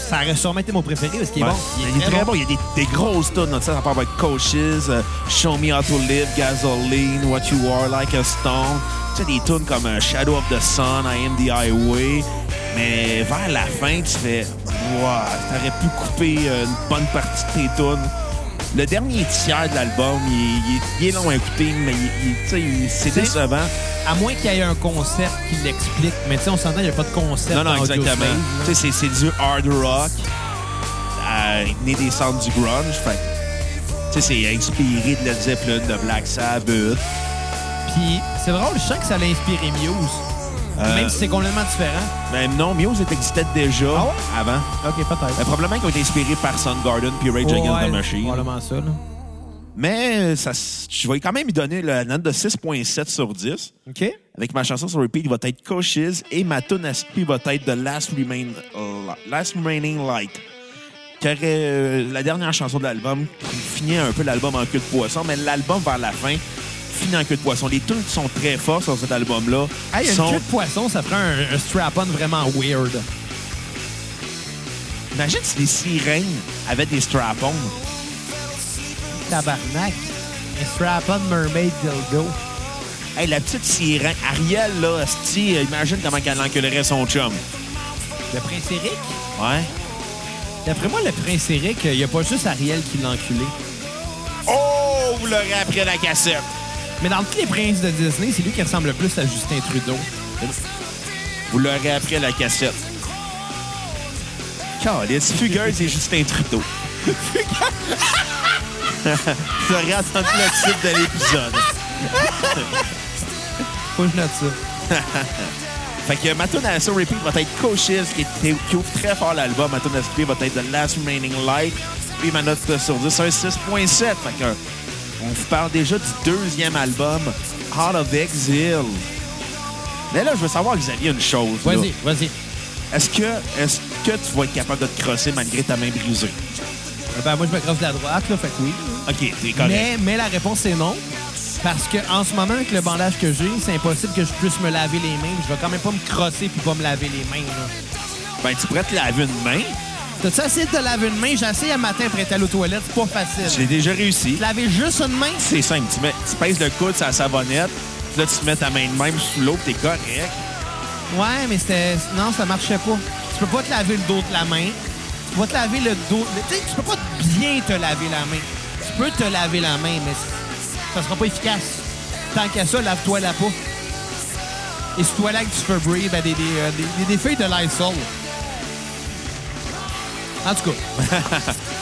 Speaker 2: ça aurait sûrement été mon préféré parce qu'il est
Speaker 1: Ouais.
Speaker 2: bon.
Speaker 1: Il est très bon. Il y a des, des grosses tunes. dans Ça, ça part avec Coaches, euh, Show Me How to Live, Gasoline, What You Are Like a Stone. Tu sais, des tunes comme euh, Shadow of the Sun, I Am the Highway. Mais vers la fin, tu fais Wow, t'aurais pu couper euh, une bonne partie de tes tunes. Le dernier tiers de l'album, il, il- il est long à écouter, mais il- il- tu sais, il- c'est
Speaker 2: C'est-
Speaker 1: décevant.
Speaker 2: À moins qu'il y ait un concept qui l'explique. Mais tu sais, on s'entend, il n'y a pas de concept.
Speaker 1: Non, non,
Speaker 2: dans Audio
Speaker 1: exactement.
Speaker 2: Slave, là.
Speaker 1: Tu sais, c'est- c'est du hard rock, euh, né des centres du grunge. Fait que, tu sais, c'est inspiré de Led Zeppelin, de Black Sabbath.
Speaker 2: Puis c'est drôle, je sens que ça l'a inspiré Muse.
Speaker 1: Euh,
Speaker 2: Même si c'est complètement différent.
Speaker 1: Même non, Muse existait déjà
Speaker 2: Ah ouais?
Speaker 1: avant.
Speaker 2: OK, peut-être.
Speaker 1: Le problème est qu'ils ont été inspirés par Soundgarden puis Rage Against the Machine.
Speaker 2: Probablement ça, là.
Speaker 1: Mais euh, ça, s- je vais quand même lui donner la note de 6.7 sur 10.
Speaker 2: OK.
Speaker 1: Avec ma chanson sur repeat, il va être Coaches et ma tune à skipper va être The Last, Remain, Last Remaining Light. Qui aurait, euh, la dernière chanson de l'album qui finit un peu l'album en queue de poisson, mais l'album vers la fin finit en queue de poisson. Les tunes qui sont très fortes sur cet album-là
Speaker 2: Hey, une
Speaker 1: sont...
Speaker 2: queue de poisson, ça ferait un, un strap-on vraiment weird.
Speaker 1: Imagine si les sirènes avaient des strap-ons.
Speaker 2: Tabarnak. Un strap-on mermaid dildo.
Speaker 1: Hey, la petite sirène, Ariel, là, esti, euh, imagine comment elle enculerait son chum.
Speaker 2: Le prince Eric?
Speaker 1: Ouais.
Speaker 2: D'après moi, le prince Eric, il n'y a pas juste Ariel qui l'a enculé.
Speaker 1: Oh, vous l'aurez après la cassette.
Speaker 2: Mais dans tous les princes de Disney, c'est lui qui ressemble le plus à Justin Trudeau.
Speaker 1: Vous l'aurez après la cassette. Calice, Fugueuse et Justin Trudeau. Vous aurez entendu le titre de l'épisode.
Speaker 2: Faut que je note ça.
Speaker 1: Fait que ma tune à sur repeat va être Coaches, qui, est- qui ouvre très fort l'album. Ma tune à skipper va être The Last Remaining Light. Puis ma note sur 10, c'est un 6.7. Fait que on vous parle déjà du deuxième album, Out of Exile. Mais là, je veux savoir, Xavier, une chose. là.
Speaker 2: Vas-y, vas-y. Euh,
Speaker 1: Est-ce que, est que tu vas être capable de te crosser malgré ta main brisée?
Speaker 2: Euh, Ben, moi, je me crosse de la droite, là, fait que oui.
Speaker 1: OK, t'es correct.
Speaker 2: Mais, mais la réponse est non. Parce que en ce moment, avec le bandage que j'ai, c'est impossible que je puisse me laver les mains. Je vais quand même pas me crosser puis pas me laver les mains. là.
Speaker 1: Ben, tu pourrais te laver une main.
Speaker 2: T'as-tu essayé de te laver une main? J'ai essayé un matin après être allé aux toilettes. C'est pas
Speaker 1: Je
Speaker 2: facile.
Speaker 1: l'ai déjà réussi.
Speaker 2: Te laver juste une main?
Speaker 1: C'est simple. Tu, mets, tu pèses le coude sur la savonnette. puis Là, tu te mets ta main de même sous l'eau, puis t'es correct.
Speaker 2: Ouais, mais c'était. Non, ça marchait pas. Tu peux pas te laver le dos de la main. Tu peux pas te laver le dos. de- Tu sais, tu peux pas bien te laver la main. Tu peux te laver la main, mais c- ça sera pas efficace. Tant qu'à ça, lave-toi la peau. Et si toi là que tu fais briller, ben, des, des, euh, des, des- des feuilles de Lysol. En tout cas,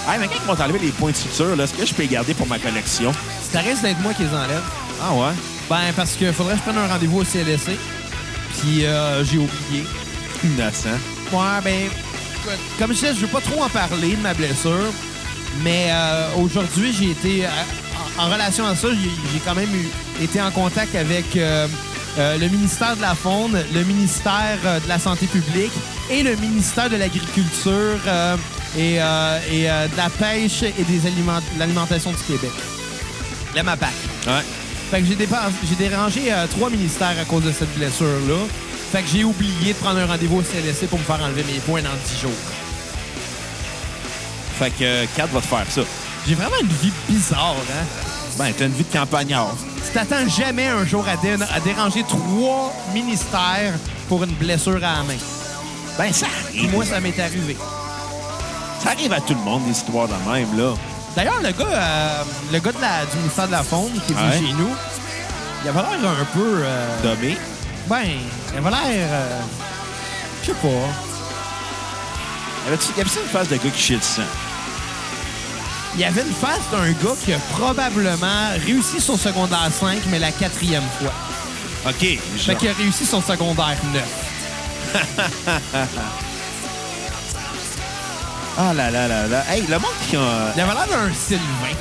Speaker 1: Hey, mais quand ils vont t'enlever les points de suture, là, est-ce que je peux les garder pour ma collection?
Speaker 2: ça reste d'être moi qui les enlève.
Speaker 1: Ah ouais?
Speaker 2: Ben, parce que faudrait que je prenne un rendez-vous au CLSC. Puis euh, j'ai oublié.
Speaker 1: Innocent.
Speaker 2: Ouais, ben, écoute, comme je disais, je veux pas trop en parler de ma blessure, mais euh, aujourd'hui, j'ai été, euh, en en relation à ça, j'ai j'ai quand même eu- été en contact avec euh, euh, le ministère de la Faune, le ministère euh, de la Santé publique et le ministère de l'Agriculture euh, et, euh, et, euh, de la Pêche et des aliment- de l'Alimentation du Québec. La MAPAC.
Speaker 1: Ouais.
Speaker 2: Fait que j'ai dépassé- j'ai dérangé euh, trois ministères à cause de cette blessure-là. Fait que j'ai oublié de prendre un rendez-vous au CLSC pour me faire enlever mes points dans 10 jours.
Speaker 1: Fait que 4 va te faire ça.
Speaker 2: J'ai vraiment une vie bizarre, hein?
Speaker 1: Ben, t'as une vie de campagnard.
Speaker 2: Tu t'attends jamais un jour à, dé- à déranger trois ministères pour une blessure à la main.
Speaker 1: Ben, ça
Speaker 2: Et
Speaker 1: arrive.
Speaker 2: moi, ça m'est arrivé.
Speaker 1: Ça arrive à tout le monde, des histoires de même, là.
Speaker 2: D'ailleurs, le gars, euh, le gars de la, du ministère de la Faune qui est venu
Speaker 1: Ouais.
Speaker 2: chez nous, il avait l'air un peu... euh,
Speaker 1: Dommé.
Speaker 2: ben, il avait l'air... euh, Je sais pas.
Speaker 1: Avait-tu y avait-tu une phase de gars qui chie le sang?
Speaker 2: Il avait une face d'un gars qui a probablement réussi son secondaire 5, mais la quatrième fois.
Speaker 1: Ah. OK. je-
Speaker 2: Fait qu'il a réussi son secondaire 9.
Speaker 1: Ah là là là là. Hey, le monde qui a...
Speaker 2: Il avait l'air d'un Sylvain.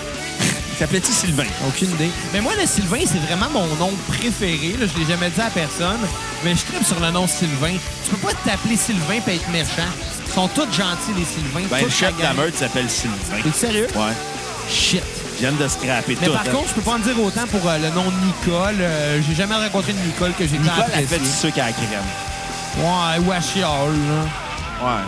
Speaker 1: S'appelait-il Sylvain?
Speaker 2: Aucune idée. Mais moi, le Sylvain, c'est vraiment mon nom préféré. Là. Je l'ai jamais dit à personne, mais je tripe sur le nom Sylvain. Tu peux pas t'appeler Sylvain et être méchant. Ils sont tous gentils, les Sylvains.
Speaker 1: Ben, le
Speaker 2: toute
Speaker 1: chef de
Speaker 2: gang.
Speaker 1: la meute s'appelle Sylvain.
Speaker 2: T'es sérieux?
Speaker 1: Ouais.
Speaker 2: Shit.
Speaker 1: Je viens de scraper
Speaker 2: Mais
Speaker 1: tout.
Speaker 2: par
Speaker 1: hein.
Speaker 2: contre, je peux pas en dire autant pour euh, le nom de Nicole. Euh, j'ai jamais rencontré une Nicole que j'ai tant
Speaker 1: Nicole a fait
Speaker 2: appréciée.
Speaker 1: du sucre à la crème.
Speaker 2: Ouais, ou à Chiol, là.
Speaker 1: Ouais.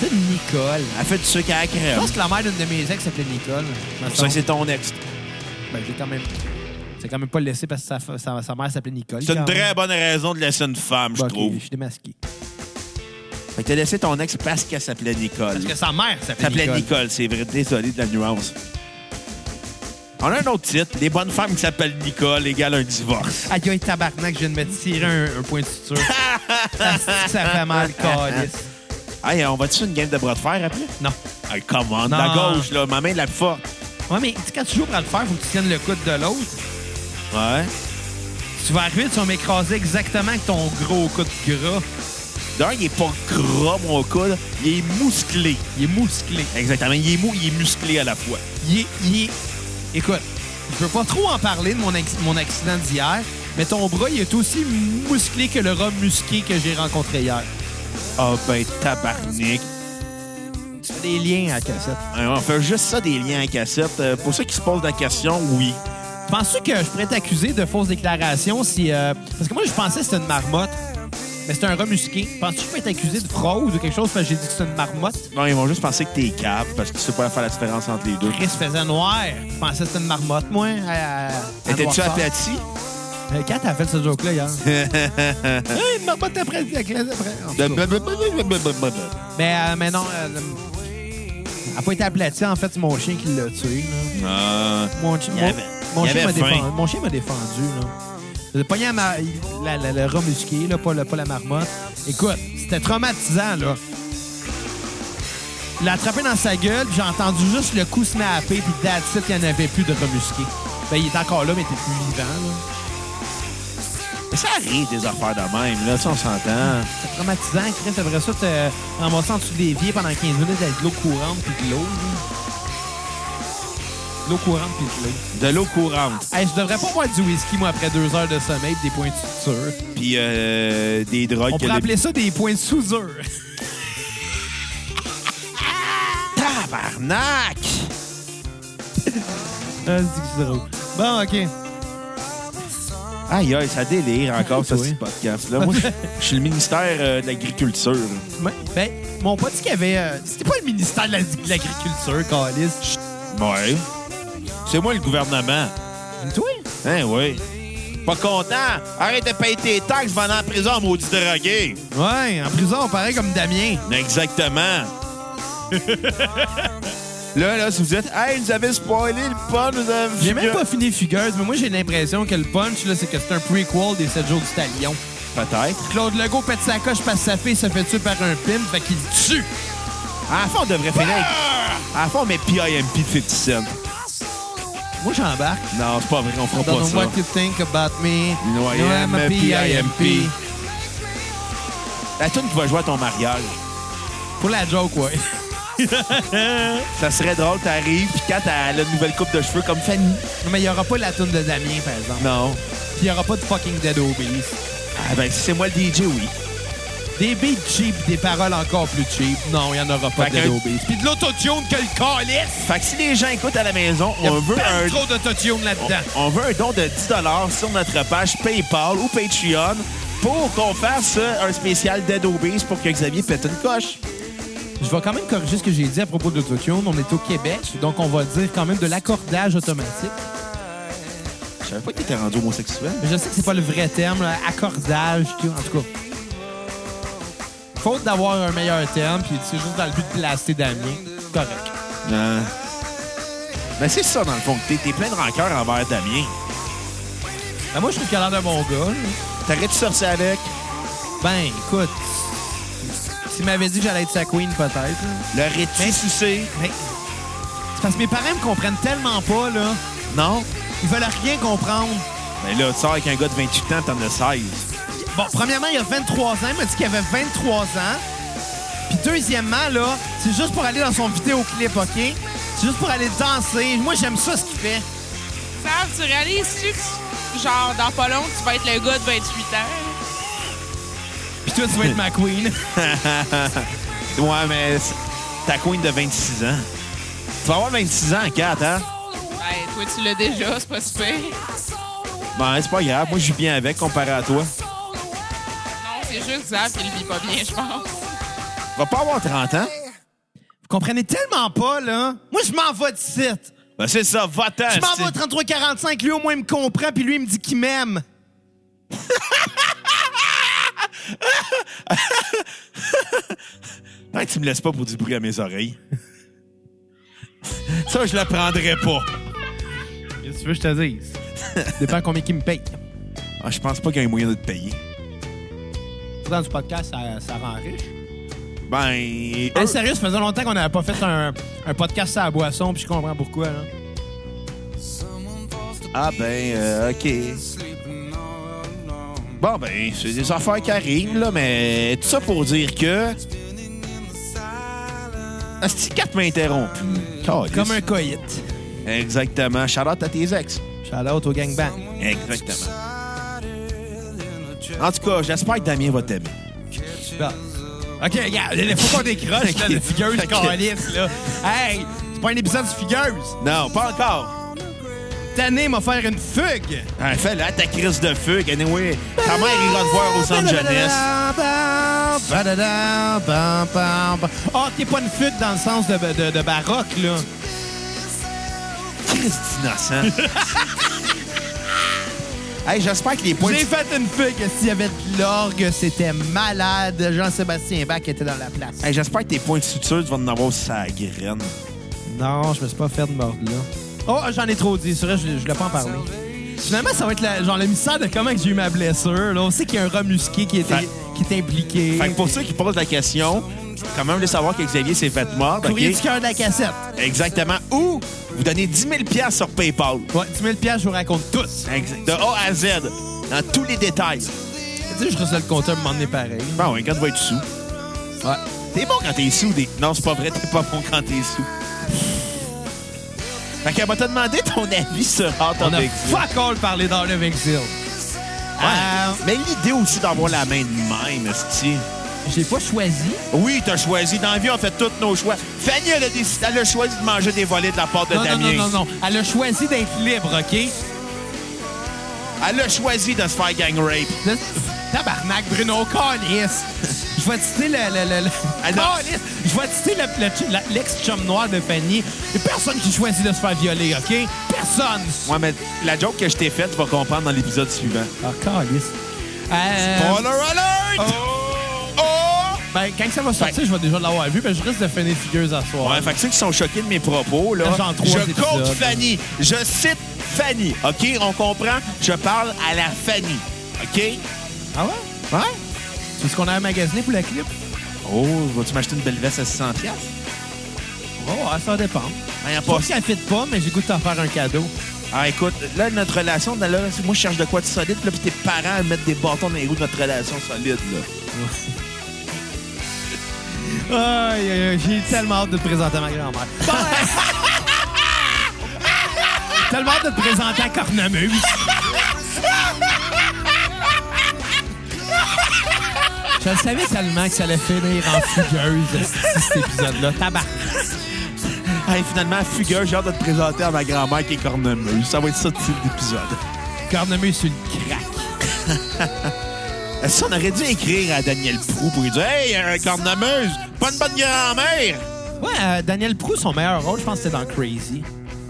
Speaker 2: C'est une Nicole.
Speaker 1: Elle fait du sucre à la
Speaker 2: Je
Speaker 1: crème.
Speaker 2: pense que la mère d'une de mes ex s'appelait Nicole. me
Speaker 1: C'est pour ça que
Speaker 2: semble.
Speaker 1: c'est ton ex.
Speaker 2: Ben, j'ai quand même... C'est quand même pas laissé parce que sa, sa- sa mère s'appelait Nicole.
Speaker 1: C'est une
Speaker 2: quand même.
Speaker 1: très bonne raison de laisser une femme, je
Speaker 2: Bon, ok,
Speaker 1: trouve.
Speaker 2: Je suis démasqué.
Speaker 1: Fait que t'as laissé ton ex parce qu'elle s'appelait Nicole.
Speaker 2: Parce que sa mère s'appelait
Speaker 1: s'appelait
Speaker 2: Nicole.
Speaker 1: Nicole, c'est vrai. Désolé de la nuance. On a un autre titre. Les bonnes femmes qui s'appellent Nicole égale un divorce.
Speaker 2: Aïe, aïe, tabarnak, je viens de me tirer un, un point de suture. ça, ça fait mal, calice.
Speaker 1: Hey, on va-tu une game de bras de fer après?
Speaker 2: Non.
Speaker 1: Hey, come on,
Speaker 2: Non.
Speaker 1: la gauche, là. Ma main est la plus forte.
Speaker 2: Ouais, mais tu sais, quand tu joues pour le faire, faut que tu tiennes le coude de l'autre.
Speaker 1: Ouais.
Speaker 2: Tu vas arriver, tu vas m'écraser exactement avec ton gros coude gras.
Speaker 1: D'un, il est pas gras, mon coude. Il est musclé.
Speaker 2: Il est mousclé.
Speaker 1: Exactement. Il est mou, il est musclé à la fois.
Speaker 2: Il est. Il est... Écoute, je veux pas trop en parler de mon, acc- mon accident d'hier, mais ton bras, il est aussi musclé que le rat musqué que j'ai rencontré hier.
Speaker 1: Ah ben, tabarnak.
Speaker 2: Des liens à cassette.
Speaker 1: Hein, On fait juste ça, des liens à cassette. Euh, pour ceux qui se posent la question, oui.
Speaker 2: Penses-tu que je pourrais t'accuser de fausses déclarations si. euh, Parce que moi, je pensais que c'était une marmotte, mais c'était un remusqué. Penses-tu que je pourrais t'accuser de fraude ou quelque chose parce que j'ai dit que c'était une marmotte?
Speaker 1: Non, ils vont juste penser que t'es cap parce que tu sais pas faire la différence entre les deux.
Speaker 2: Chris faisait noir. Je pensais que c'était une marmotte, moi. à- à- à
Speaker 1: Étais-tu
Speaker 2: Noirceur.
Speaker 1: aplati?
Speaker 2: Euh, Kat a fait ce joke-là hier. Hey, une marmotte après la classe après. En tout cas. Mais, euh, mais non, euh, elle n'a pas été aplatie. En fait, c'est mon chien qui l'a tué. là.
Speaker 1: Ah.
Speaker 2: Mon, chi-
Speaker 1: Il
Speaker 2: mon-
Speaker 1: avait-
Speaker 2: mon
Speaker 1: il
Speaker 2: chien
Speaker 1: avait
Speaker 2: m'a
Speaker 1: faim.
Speaker 2: défendu. Mon chien m'a défendu. Là. Le pogné à ma- la, la- le rat musqué, là, pas, le- pas la marmotte. Écoute, c'était traumatisant. là. Il l'a attrapé dans sa gueule, puis j'ai entendu juste le coup snapper, puis that's it, il n'y en avait plus de rat musqué. Ben, il est encore là, mais il était plus vivant. là.
Speaker 1: Mais Ça arrive des affaires de même, là, ça on s'entend.
Speaker 2: C'est traumatisant, Chris. Après ça, te ramasser en dessous des vies pendant 15 minutes avec de l'eau courante, puis de l'eau. là. De L'eau courante, puis de l'eau.
Speaker 1: De l'eau courante,
Speaker 2: Hey, je devrais pas boire du whisky, moi, après deux heures de sommeil pis des points de suture.
Speaker 1: puis euh, des drogues.
Speaker 2: On
Speaker 1: que
Speaker 2: pourrait
Speaker 1: les-
Speaker 2: appeler ça des points de soudure.
Speaker 1: Tabarnak!
Speaker 2: ah, c'est que c'est drôle. Bon, OK.
Speaker 1: Aïe, aïe, ça délire encore, ce
Speaker 2: Oui.
Speaker 1: petit podcast-là. Moi, je- je suis le ministère euh, de l'Agriculture.
Speaker 2: Ben, ben, mon pote, qui avait... euh, C'était pas le ministère de la- de l'Agriculture, Calis.
Speaker 1: Ouais. C'est moi le gouvernement.
Speaker 2: Toi?
Speaker 1: Hein, oui. Pas content? Arrête de payer tes taxes, va en prison, maudit drogué.
Speaker 2: Ouais, en prison, pareil comme Damien.
Speaker 1: Exactement. là, là, si vous dites, hey, vous avez spoilé le pas, vous avez
Speaker 2: J'ai même pas fini Fugueuse, mais moi, j'ai l'impression que le punch, là, c'est que c'est un prequel des 7 jours du talion.
Speaker 1: Peut-être.
Speaker 2: Claude Legault pète sa coche parce que sa fille se fait tuer par un pimp, fait qu'il le tue.
Speaker 1: À la fin, on devrait finir avec.
Speaker 2: Ah!
Speaker 1: À la fin, on met PIMP de 50 Cent.
Speaker 2: Moi, j'embarque.
Speaker 1: Non, c'est pas vrai, on fera
Speaker 2: Don't
Speaker 1: pas
Speaker 2: know
Speaker 1: ça.
Speaker 2: what you think about me.
Speaker 1: No, I am a PIMP. La tune qui va jouer à ton mariage.
Speaker 2: Pour la joke, ouais.
Speaker 1: Ça serait drôle, t'arrives, puis quand elle a une nouvelle coupe de cheveux comme Fanny.
Speaker 2: Non, mais il n'y aura pas la toune de Damien, par exemple.
Speaker 1: Non.
Speaker 2: il n'y aura pas de fucking Dead Obese.
Speaker 1: Ah ben, si c'est moi le DJ, oui.
Speaker 2: Des beats cheap, des paroles encore plus cheap. Non, il n'y en aura pas
Speaker 1: Fait
Speaker 2: de Dead
Speaker 1: qu'un-
Speaker 2: Obese. Puis de l'autotune que le calice!
Speaker 1: Fait que si les gens écoutent à la maison,
Speaker 2: Il y a
Speaker 1: on veut
Speaker 2: ben
Speaker 1: un
Speaker 2: trop d'autotune là-dedans.
Speaker 1: on, on veut un don de 10 sur notre page PayPal ou Patreon pour qu'on fasse euh, un spécial Dead Obese pour que Xavier pète une coche.
Speaker 2: Je vais quand même corriger ce que j'ai dit à propos de l'autotune. On est au Québec, donc on va dire quand même de l'accordage automatique.
Speaker 1: Je savais pas que t'étais rendu homosexuel.
Speaker 2: Mais Je sais que c'est pas le vrai terme, là, accordage, tout, en tout cas. Faute d'avoir un meilleur terme, puis c'est juste dans le but de placer Damien. Correct.
Speaker 1: Euh... Ben c'est ça, dans le fond. que T'es t'es plein de rancœur envers Damien.
Speaker 2: Ben, moi, je trouve qu'il a l'air d'un bon gars. là.
Speaker 1: T'aurais-tu sorti avec?
Speaker 2: Ben, écoute, s'il m'avait dit que j'allais être sa queen, peut-être. là.
Speaker 1: L'aurais-tu sucé?
Speaker 2: Mais c'est parce que mes parents me comprennent tellement pas, là.
Speaker 1: Non?
Speaker 2: Ils veulent rien comprendre.
Speaker 1: Ben là, tu sors avec un gars de 28 ans, t'en as 16.
Speaker 2: Bon, premièrement, il y a 23 ans. Il m'a dit qu'il avait 23 ans. Puis deuxièmement, là, c'est juste pour aller dans son vidéoclip, OK? C'est juste pour aller danser. Moi, j'aime ça, ce qu'il fait.
Speaker 3: Sam, tu réalises-tu que, genre, dans pas long, tu vas être le gars de 28 ans?
Speaker 2: Puis toi, tu vas être ma queen.
Speaker 1: Ouais, mais c'est- ta queen de 26 ans. Tu vas avoir 26 ans, 4, hein?
Speaker 3: Ben, toi, tu l'as déjà, c'est pas super.
Speaker 1: Ben, c'est pas grave. Moi, je vis bien avec comparé à toi.
Speaker 3: Non, c'est juste Zab qui le vit pas bien, je pense.
Speaker 1: Tu vas pas avoir 30 ans.
Speaker 2: Vous comprenez tellement pas, là. Moi, je m'en vais de site.
Speaker 1: Ben, c'est ça, va-t'en.
Speaker 2: Je m'en
Speaker 1: c'est-
Speaker 2: vais à 33-45. Lui, au moins, il me comprend, puis lui, il me dit qu'il m'aime.
Speaker 1: Tant que Ben, tu me laisses pas pour du bruit à mes oreilles. ça, je le prendrais pas.
Speaker 2: Qu'est-ce que tu veux que je te dise? Dépend combien qu'il me paye.
Speaker 1: Ah, je pense pas qu'il y ait moyen de te payer.
Speaker 2: Dans du podcast, ça, ça rend riche.
Speaker 1: Ben.
Speaker 2: Ah,
Speaker 1: eux-
Speaker 2: sérieux, ça faisait longtemps qu'on n'avait pas fait un, un podcast à la boisson, puis je comprends pourquoi. hein. Là.
Speaker 1: Ah, ben, euh, OK. Bon, ben, c'est des affaires qui arrivent, là, mais tout ça pour dire que. Asti 4 m'interrompt plus. Calisse.
Speaker 2: Comme un coït.
Speaker 1: Exactement. Shout out à tes ex.
Speaker 2: Shout out au gangbang.
Speaker 1: Exactement. En tout cas, j'espère que Damien va t'aimer.
Speaker 2: Bon. OK, regarde, il faut qu'on décroche, là,
Speaker 1: Ok.
Speaker 2: le figueuse
Speaker 1: Ok.
Speaker 2: câlisse, là. Hey, c'est pas un épisode du figueuse.
Speaker 1: Non, pas encore.
Speaker 2: Cette année, m'a faire une fugue.
Speaker 1: Ah, Fais-le à ta crise de feu, anyway. Ta mère ira te voir au centre jeunesse.
Speaker 2: Ah, t'es pas une fugue dans le sens de, de, de baroque, là.
Speaker 1: Christ innocent. hey, j'espère que les points.
Speaker 2: J'ai fait une fugue. S'il y avait de l'orgue, c'était malade. Jean-Sébastien Bach était dans la place.
Speaker 1: Hey, j'espère que tes points de suture, tu vas en avoir sa graine.
Speaker 2: Non, je me suis pas fait de mordre là. Oh, j'en ai trop dit. C'est vrai, je, je l'ai pas en parlé. Finalement, ça va être la- genre le mystère de comment que j'ai eu ma blessure. Là. On sait qu'il y a un remusqué qui était,
Speaker 1: Fait-
Speaker 2: qui est impliqué.
Speaker 1: Fait que pour ceux qui posent la question, quand même de savoir que Xavier s'est fait mordre.
Speaker 2: Courrier
Speaker 1: ok?
Speaker 2: du cœur de la cassette.
Speaker 1: Exactement. Ou vous donnez 10 000 sur PayPal.
Speaker 2: Ouais, 10 000 piastres, je vous raconte tout. Tu
Speaker 1: Exact. De A à Z. Dans tous les détails.
Speaker 2: sais, je reçois le compteur, me demander pareil.
Speaker 1: Bon, ouais, Ben quand tu vas être sous.
Speaker 2: Ouais.
Speaker 1: T'es bon quand t'es sous. Des... Non, c'est pas vrai, t'es pas bon quand t'es sous. Fait qu'elle va te demander ton avis sur Hot
Speaker 2: On
Speaker 1: on
Speaker 2: a
Speaker 1: Exit.
Speaker 2: fuck all parlé dans le Euh, Vexil.
Speaker 1: Ouais. Mais l'idée aussi d'avoir la main de même, esti.
Speaker 2: J'ai pas choisi.
Speaker 1: Oui, t'as choisi. Dans la vie, on fait tous nos choix. Fanny, elle a, décidé- elle a choisi de manger des volets de la part de
Speaker 2: Non, non, non,
Speaker 1: Damien.
Speaker 2: non, non. Elle a choisi d'être libre, OK?
Speaker 1: Elle a choisi de se faire gang rape.
Speaker 2: Le- Tabarnak, Bruno, calice! Je vais citer le... le, le, le-
Speaker 1: Alors-
Speaker 2: Calice! Je vais citer le- le- la- l'ex-chum noir de Fanny. Il y a personne qui choisit de se faire violer, OK? Personne!
Speaker 1: Ouais, mais la joke que je t'ai faite, tu vas comprendre dans l'épisode suivant.
Speaker 2: Ah, calice. Euh,
Speaker 1: Spoiler alert! Oh!
Speaker 2: ben, quand que ça va sortir, je vais déjà l'avoir vu, mais je risque de finir figueuse à soir.
Speaker 1: Ouais, fait que ceux qui sont choqués de mes propos, là,
Speaker 2: Genre trois
Speaker 1: je
Speaker 2: épisodes.
Speaker 1: compte Fanny. Je cite Fanny. OK, on comprend? Je parle à la Fanny. OK?
Speaker 2: Ah ouais? Ouais? C'est ce qu'on a magasiné pour le clip?
Speaker 1: Oh, vas-tu m'acheter une belle veste à 600 piastres?
Speaker 2: Oh, ouais, ça dépend.
Speaker 1: Rien à
Speaker 2: Je
Speaker 1: Ben, pas.
Speaker 2: pense qu'elle fit pas, mais j'ai goût de t'en faire un cadeau.
Speaker 1: Ah, écoute, là, notre relation, là, moi, je cherche de quoi de solide, là, puis tes parents elles mettent des bâtons dans les roues de notre relation solide, là.
Speaker 2: Aïe, aïe, aïe, j'ai tellement hâte de te présenter à ma grand-mère. Bon, euh, tellement hâte de te présenter à Cornemuse. Je le savais tellement que ça allait finir en fugueuse, esti, cet épisode-là. Tabac.
Speaker 1: Hey, finalement, fugueur, j'ai hâte de te présenter à ma grand-mère qui est cornemuse. Ça va être ça le titre d'épisode.
Speaker 2: Cornemuse sur le crack.
Speaker 1: Est-ce qu'on aurait dû écrire à Daniel Prou pour lui dire Hey, euh, cornemuse, pas une bonne grand-mère
Speaker 2: Ouais, euh, Daniel Proux, son meilleur rôle, je pense, c'était dans Crazy.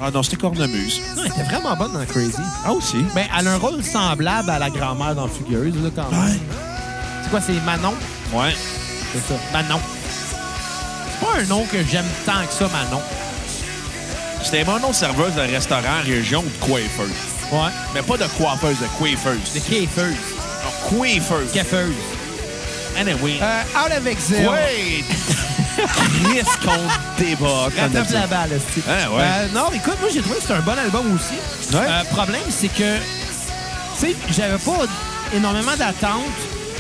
Speaker 1: Ah non, c'était cornemuse.
Speaker 2: Non, elle était vraiment bonne dans Crazy.
Speaker 1: Ah aussi.
Speaker 2: Ben, elle a un rôle semblable à la grand-mère dans Fugueuse, là, quand même. C'est quoi, c'est Manon?
Speaker 1: Ouais.
Speaker 2: C'est ça, Manon. C'est pas un nom que j'aime tant que ça, Manon.
Speaker 1: C'était mon nom serveuse d'un restaurant région de coiffeuse.
Speaker 2: Ouais.
Speaker 1: Mais pas de coiffeuse, de coiffeuse.
Speaker 2: De kiffeuse.
Speaker 1: Non, coiffeuse.
Speaker 2: Cafeuse.
Speaker 1: Anyway.
Speaker 2: Euh, out avec zéro.
Speaker 1: Ouais! Chris qu'on débat.
Speaker 2: Rattrape la balle, esti.
Speaker 1: Ah, ouais.
Speaker 2: Euh, non, mais écoute, moi, j'ai trouvé que c'était un bon album aussi.
Speaker 1: Ouais.
Speaker 2: Euh, problème, c'est que, tu sais, j'avais pas énormément d'attentes,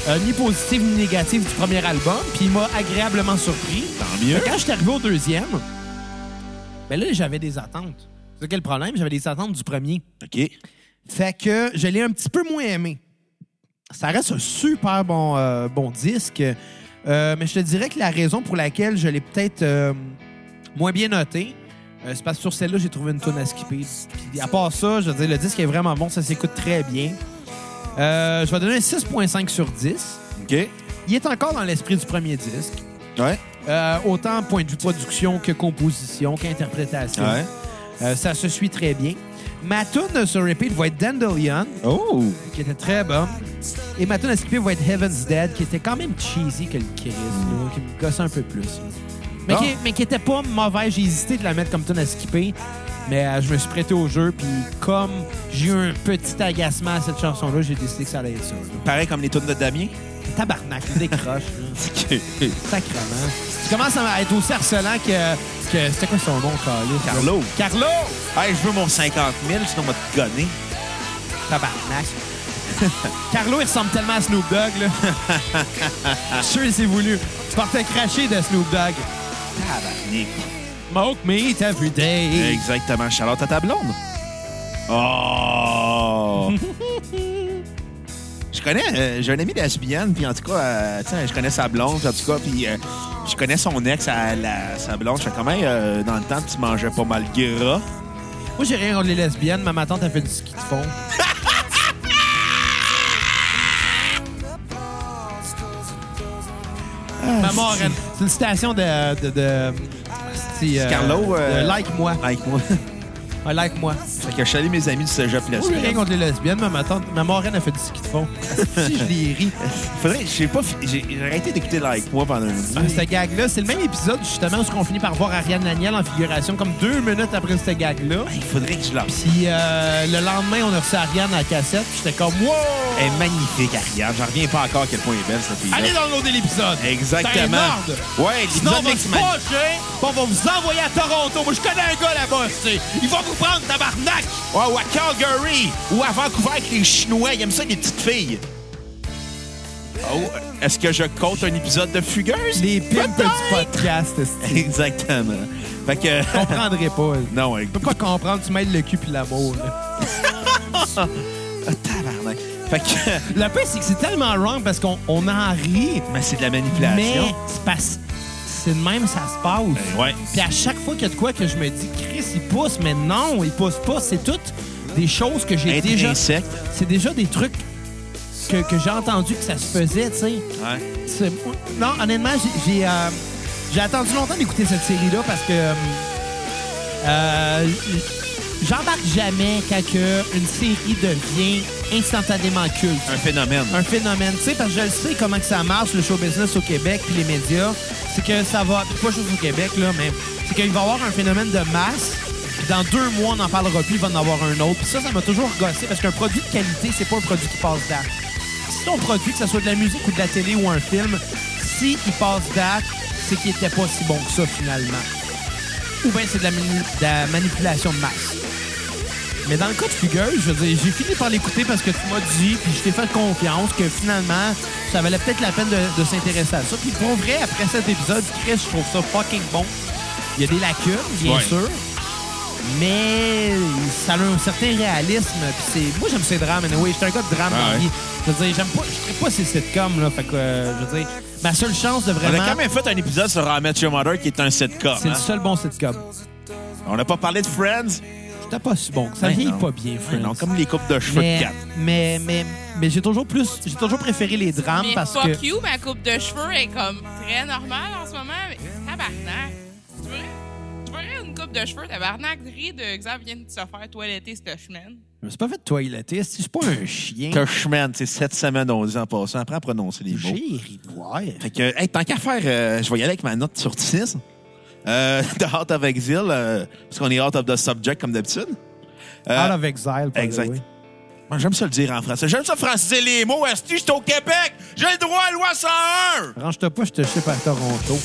Speaker 2: euh, ni positives ni négatives du premier album, puis il m'a agréablement surpris.
Speaker 1: Tant mieux.
Speaker 2: Fait que Quand je suis arrivé au deuxième, ben là, j'avais des attentes. C'est quel problème? J'avais des attentes du premier.
Speaker 1: OK.
Speaker 2: Fait que je l'ai un petit peu moins aimé. Ça reste un super bon, euh, bon disque. Euh, mais je te dirais que la raison pour laquelle je l'ai peut-être euh, moins bien noté, euh, c'est parce que sur celle-là, j'ai trouvé une tonne à skipper. Puis à part ça, je veux dire, le disque est vraiment bon, ça s'écoute très bien. Euh, je vais donner un 6.5 sur 10.
Speaker 1: OK.
Speaker 2: Il est encore dans l'esprit du premier disque.
Speaker 1: Ouais.
Speaker 2: Euh, autant point de vue production que composition, qu'interprétation.
Speaker 1: Ouais.
Speaker 2: Euh, ça se suit très bien. Ma tune sur repeat va être Dandelion,
Speaker 1: Oh!
Speaker 2: qui était très bonne. Et ma tune à skipper va être Heaven's Dead, qui était quand même cheesy que le Chris, là, qui me gossait un peu plus. là. Mais,
Speaker 1: Ah.
Speaker 2: qui, mais qui était pas mauvais. J'ai hésité de la mettre comme tune à skipper. Mais euh, je me suis prêté au jeu, puis comme j'ai eu un petit agacement à cette chanson-là, j'ai décidé que ça allait être ça. là.
Speaker 1: Pareil comme les tunes de Damien.
Speaker 2: Tabarnak, décroche. là.
Speaker 1: OK.
Speaker 2: Sacrement. Tu commences à être aussi harcelant que. que C'était quoi son nom, Carlis?
Speaker 1: Carlo.
Speaker 2: Carlo!
Speaker 1: Hey, je veux mon 50 000, sinon on va te gonner.
Speaker 2: Tabarnak. Carlo, il ressemble tellement à Snoop Dogg, là. Je suis sûr, c'est voulu. Tu partais cracher de Snoop Dogg.
Speaker 1: Tabarnak.
Speaker 2: Smoke meat every day.
Speaker 1: Exactement. Charlotte à ta blonde. Oh! je connais, euh, j'ai un ami lesbienne, puis en tout cas, euh, tu sais, je connais sa blonde, puis en tout cas, puis euh, je connais son ex, à la- sa blonde. Je fais quand même, euh, dans le temps, tu mangeais pas mal gras.
Speaker 2: Moi, j'ai rien contre les lesbiennes, mais ma tante a fait du ski de fond.
Speaker 1: Ah,
Speaker 2: Maman, Ren- c'est une citation de. de, de c'est, euh,
Speaker 1: Carlo, euh,
Speaker 2: de Like moi.
Speaker 1: Avec moi.
Speaker 2: Ouais, like moi.
Speaker 1: fait que je salue mes amis du cégep
Speaker 2: Moi, j'ai rien
Speaker 1: lesbienne.
Speaker 2: contre les lesbiennes, mais ma tante, ma marraine a fait du ski de fond. si je les ris.
Speaker 1: Faudrait, je sais pas, fi- j'ai j'ai arrêté d'écouter Like moi pendant une
Speaker 2: Ah, ce gag-là, c'est le même épisode justement où on finit par voir Ariane Laniel en figuration, comme deux minutes après ce gag-là.
Speaker 1: Il faudrait que je la
Speaker 2: Puis euh, le lendemain, on a reçu Ariane à la cassette, puis j'étais comme Wow!
Speaker 1: Elle est magnifique, Ariane. J'en reviens pas encore à quel point elle est belle, cette fille.
Speaker 2: Allez downloader l'épisode! T'es
Speaker 1: Exactement.
Speaker 2: marde!
Speaker 1: Ouais,
Speaker 2: Sinon, on
Speaker 1: l'épisode
Speaker 2: va se
Speaker 1: X-Men.
Speaker 2: fâcher, puis on va vous envoyer à Toronto. Moi, je connais un gars là-bas, tu sais. Il va vous prendre, tabarnak!
Speaker 1: Ouais, ou à Calgary, ou à Vancouver avec les Chinois. Ils aiment ça, les petites filles. Oh, est-ce que je compte un épisode de Fugueuse?
Speaker 2: Les pires petits
Speaker 1: Peut-être.
Speaker 2: podcasts, esti.
Speaker 1: Exactement. Fait que...
Speaker 2: Je comprendrais pas. là.
Speaker 1: non, ouais.
Speaker 2: Je peux pas comprendre, tu mêles le cul puis l'amour. là.
Speaker 1: Ah, tabarnak. Fait que...
Speaker 2: Le pire, c'est que c'est tellement wrong parce qu'on on en rit,
Speaker 1: Mais c'est de la
Speaker 2: mais
Speaker 1: manipulation.
Speaker 2: c'est parce- c'est de même ça se passe.
Speaker 1: Euh, ouais.
Speaker 2: Puis à chaque fois qu'il y a de quoi que je me dis, Chris, il pousse, mais non, il pousse pas. C'est toutes des choses que j'ai déjà.
Speaker 1: Intrinsèque.
Speaker 2: C'est déjà des trucs que, que j'ai entendu que ça se faisait, tu sais.
Speaker 1: Ouais.
Speaker 2: C'est- Non, honnêtement, j'ai- j'ai euh, j'ai attendu longtemps d'écouter cette série-là parce que euh, euh, j'embarque jamais quand que une série devient instantanément culte
Speaker 1: Un phénomène.
Speaker 2: un phénomène. Tu sais, parce que je le sais comment que ça marche, le show business au Québec puis les médias. C'est que ça va. puis Pas juste au Québec, là, mais c'est qu'il va y avoir un phénomène de masse. puis Dans deux mois, on n'en parlera plus, il va en avoir un autre. Puis ça, ça m'a toujours gossé parce qu'un produit de qualité, c'est pas un produit qui passe date. Si ton produit, que ce soit de la musique ou de la télé ou un film, si il passe date, c'est qu'il était pas si bon que ça finalement. Ou bien c'est de la, mani- de la manipulation de masse. Mais dans le cas de Fugueuse, je veux dire, j'ai fini par l'écouter parce que tu m'as dit, puis je t'ai fait confiance que finalement, ça valait peut-être la peine de, de s'intéresser à ça. Puis pour vrai, après cet épisode, Chris, je trouve ça fucking bon. Il y a des lacunes, bien
Speaker 1: Ouais.
Speaker 2: sûr. Mais ça a un certain réalisme. Puis c'est- moi, j'aime ces drames. Anyway, j'étais un gars de drame
Speaker 1: Ah
Speaker 2: dans la
Speaker 1: ouais.
Speaker 2: vie. Je veux dire, j'aime pas, je traite pas ces sitcoms, là. Fait que, euh, je veux dire, ma seule chance de
Speaker 1: On
Speaker 2: vraiment.
Speaker 1: a quand même fait un épisode sur How I Met Your Mother qui est un sitcom.
Speaker 2: C'est
Speaker 1: hein.
Speaker 2: le seul bon sitcom.
Speaker 1: On n'a pas parlé de Friends.
Speaker 2: J'étais pas si bon. que Ça
Speaker 1: Ben
Speaker 2: vieillit
Speaker 1: non.
Speaker 2: pas bien,
Speaker 1: Ben
Speaker 2: Friends.
Speaker 1: non, comme les coupes de cheveux
Speaker 2: mais,
Speaker 1: de quatre.
Speaker 2: mais, mais, mais j'ai toujours plus, j'ai toujours préféré les drames
Speaker 3: Mais
Speaker 2: parce
Speaker 3: fuck
Speaker 2: que.
Speaker 3: you, ma coupe de cheveux est comme très normale en ce moment. Mais Tabarnak. Tu verrais- Tu verrais une coupe de cheveux, tabarnak. Rie de Xavier vient de se faire toiletter cette semaine.
Speaker 2: Je me suis pas fait toiletter. esti, Je suis pas un chien.
Speaker 1: T'as chemin, c'est cette semaine, on dit en passant. Après, à prononcer les mots.
Speaker 2: J'ai ri de voir.
Speaker 1: Fait que, hey, tant qu'à faire, euh, je vais y aller avec ma note sur 10. Euh, de Out of Exile, euh, parce qu'on est out of the subject comme d'habitude. Euh,
Speaker 2: Out of Exile, by the
Speaker 1: exact.
Speaker 2: way.
Speaker 1: moi, J'aime ça le dire en français. J'aime ça français les mots. Est-ce que je suis au Québec? J'ai le droit à la loi 101!
Speaker 2: Range-toi pas, je te chip à Toronto.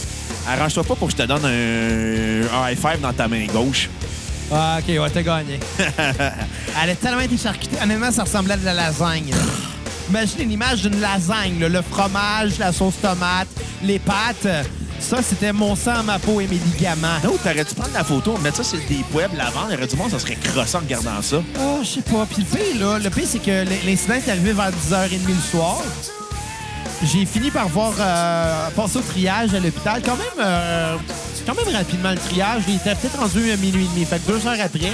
Speaker 1: Arrange-toi pas pour que je te donne un, un high five dans ta main gauche.
Speaker 2: Ah, ok, ouais, t'as gagné. Elle a tellement été charcutée. Honnêtement, ça ressemblait à de la lasagne. là. Imagine une image d'une lasagne, là. le fromage, la sauce tomate, les pâtes. Ça, c'était mon sang, ma peau et mes ligaments.
Speaker 1: Non, t'aurais dû prendre la photo, mettre ça sur des web, l'avant, il y aurait du monde, ça serait crossant en regardant ça.
Speaker 2: Ah, je sais pas. Puis le pire, là, le pire, c'est que l- l'incident est arrivé vers 10h30 le soir. J'ai fini par voir euh, passer au triage à l'hôpital. Quand même, euh, quand même rapidement le triage. Il était peut-être rendu à minuit et demi. Fait que deux heures après,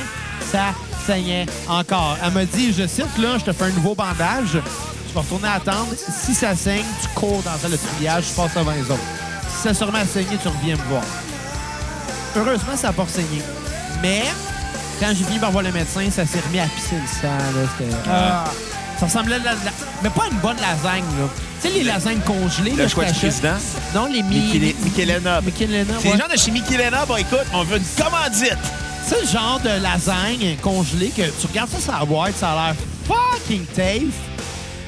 Speaker 2: ça saignait encore. Elle m'a dit, je cite, là, je te fais un nouveau bandage. Tu vas retourner attendre. Si ça saigne, tu cours dans la salle de triage, tu passes avant les autres. Si ça sûrement à saigner, tu reviens me voir. Heureusement, ça n'a pas saigné. Mais quand j'ai fini par voir le médecin, ça s'est remis à pisser le sang. Là, c'était- Ah. Ça ressemblait à de la, de la- Mais pas à une bonne lasagne. Là. Tu sais, les lasagnes congelées.
Speaker 1: Le
Speaker 2: là,
Speaker 1: choix
Speaker 2: je
Speaker 1: du
Speaker 2: t'achète.
Speaker 1: président.
Speaker 2: Non, les mi...
Speaker 1: Michele- Michelena.
Speaker 2: Michelena,
Speaker 1: C'est
Speaker 2: ouais.
Speaker 1: les gens de chez Michelena, bah écoute, on veut une commandite.
Speaker 2: C'est le genre de lasagne congelée que tu regardes ça sur la boîte, ça a l'air fucking safe.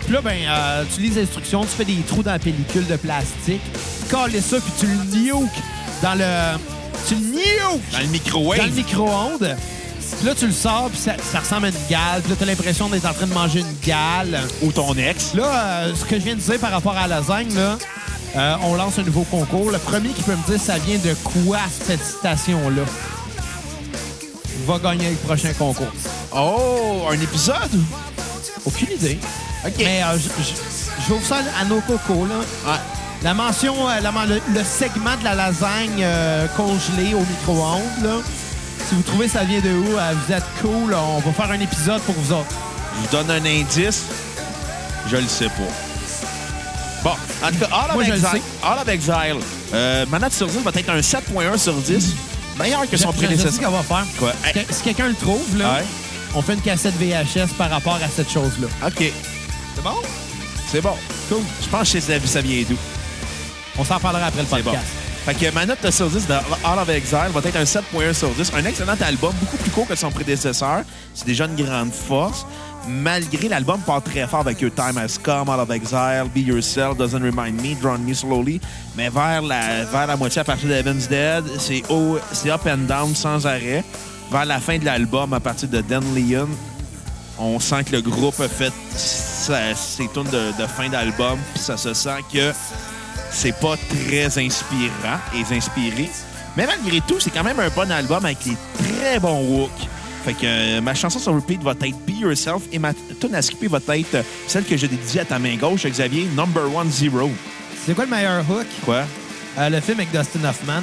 Speaker 2: Puis là, ben, euh, tu lis les instructions, tu fais des trous dans la pellicule de plastique, tu colles ça, puis tu le nuke dans le... Tu le nuke!
Speaker 1: Dans le microwave.
Speaker 2: dans le micro-ondes. Puis Là, tu le sors, puis ça, ça ressemble à une gale. Puis là, t'as l'impression d'être en train de manger une gale.
Speaker 1: Ou ton ex.
Speaker 2: Là, euh, ce que je viens de dire par rapport à la lasagne, là, euh, on lance un nouveau concours. Le premier qui peut me dire ça vient de quoi, cette citation-là, va gagner le prochain concours.
Speaker 1: Oh, un épisode?
Speaker 2: Aucune idée.
Speaker 1: OK.
Speaker 2: Mais euh, j- j- j'ouvre ça à nos cocos, là.
Speaker 1: Ouais.
Speaker 2: La mention, euh, la men- le, le segment de la lasagne euh, congelée au micro-ondes, là. Si vous trouvez ça vient de où, euh, vous êtes cool. On va faire un épisode pour vous autres.
Speaker 1: Je vous donne un indice. Je le sais pas. Bon, en tout cas, All of
Speaker 2: Moi, je le
Speaker 1: Exile.
Speaker 2: sais.
Speaker 1: All of Exile. Euh, ma note sur 10 va être un 7.1 sur 10. Meilleur que son
Speaker 2: Je- je- je sais ce
Speaker 1: prédécesseur.
Speaker 2: qu'on va faire.
Speaker 1: Quoi?
Speaker 2: Si que- Si quelqu'un le trouve, là,
Speaker 1: Ouais.
Speaker 2: on fait une cassette VHS par rapport à cette chose-là.
Speaker 1: OK.
Speaker 2: C'est bon?
Speaker 1: C'est bon.
Speaker 2: Cool.
Speaker 1: Je pense que c'est ça vient d'où.
Speaker 2: On s'en parlera après le
Speaker 1: C'est bon.
Speaker 2: podcast.
Speaker 1: Fait que ma note de sur 10 de All of Exile va être un 7.1 sur 10. Un excellent album, beaucoup plus court que son prédécesseur. C'est déjà une grande force. Malgré l'album part très fort avec Your Time Has Come, All of Exile, Be Yourself, Doesn't Remind Me, Drown Me Slowly. Mais vers la, vers la moitié, à partir de Heaven's Dead, c'est haut- c'est up and down sans arrêt. Vers la fin de l'album, à partir de Dan Leon, on sent que le groupe a fait sa- ses tunes de, de fin d'album, puis ça se sent que c'est pas très inspirant et inspiré. Mais malgré tout, c'est quand même un bon album avec des très bons hooks. Fait que euh, ma chanson sur repeat va être Be Yourself et ma tune à skipper va être euh, celle que je dédie à ta main gauche, Xavier, Number One Zero.
Speaker 2: C'est quoi le meilleur hook?
Speaker 1: Quoi?
Speaker 2: Euh, le film avec Dustin Hoffman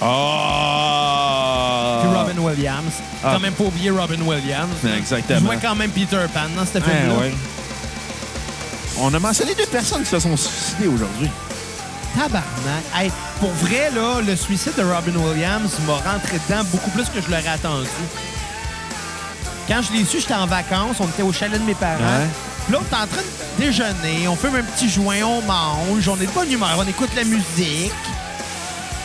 Speaker 1: Oh!
Speaker 2: puis Robin Williams.
Speaker 1: Ah.
Speaker 2: Quand même pas oublier Robin Williams.
Speaker 1: Exactement.
Speaker 2: Jouait quand même Peter Pan dans ce
Speaker 1: Ouais,
Speaker 2: film-là.
Speaker 1: ouais. On a mentionné deux personnes qui se sont suicidées aujourd'hui.
Speaker 2: Tabarnak. Hey, pour vrai, là, le suicide de Robin Williams m'a rentré dedans beaucoup plus que je l'aurais attendu. Quand je l'ai su, j'étais en vacances, on était au chalet de mes parents.
Speaker 1: Ouais.
Speaker 2: Puis Là, on est en train de déjeuner, on fume un petit joint, on mange, on est de bonne humeur, on écoute la musique.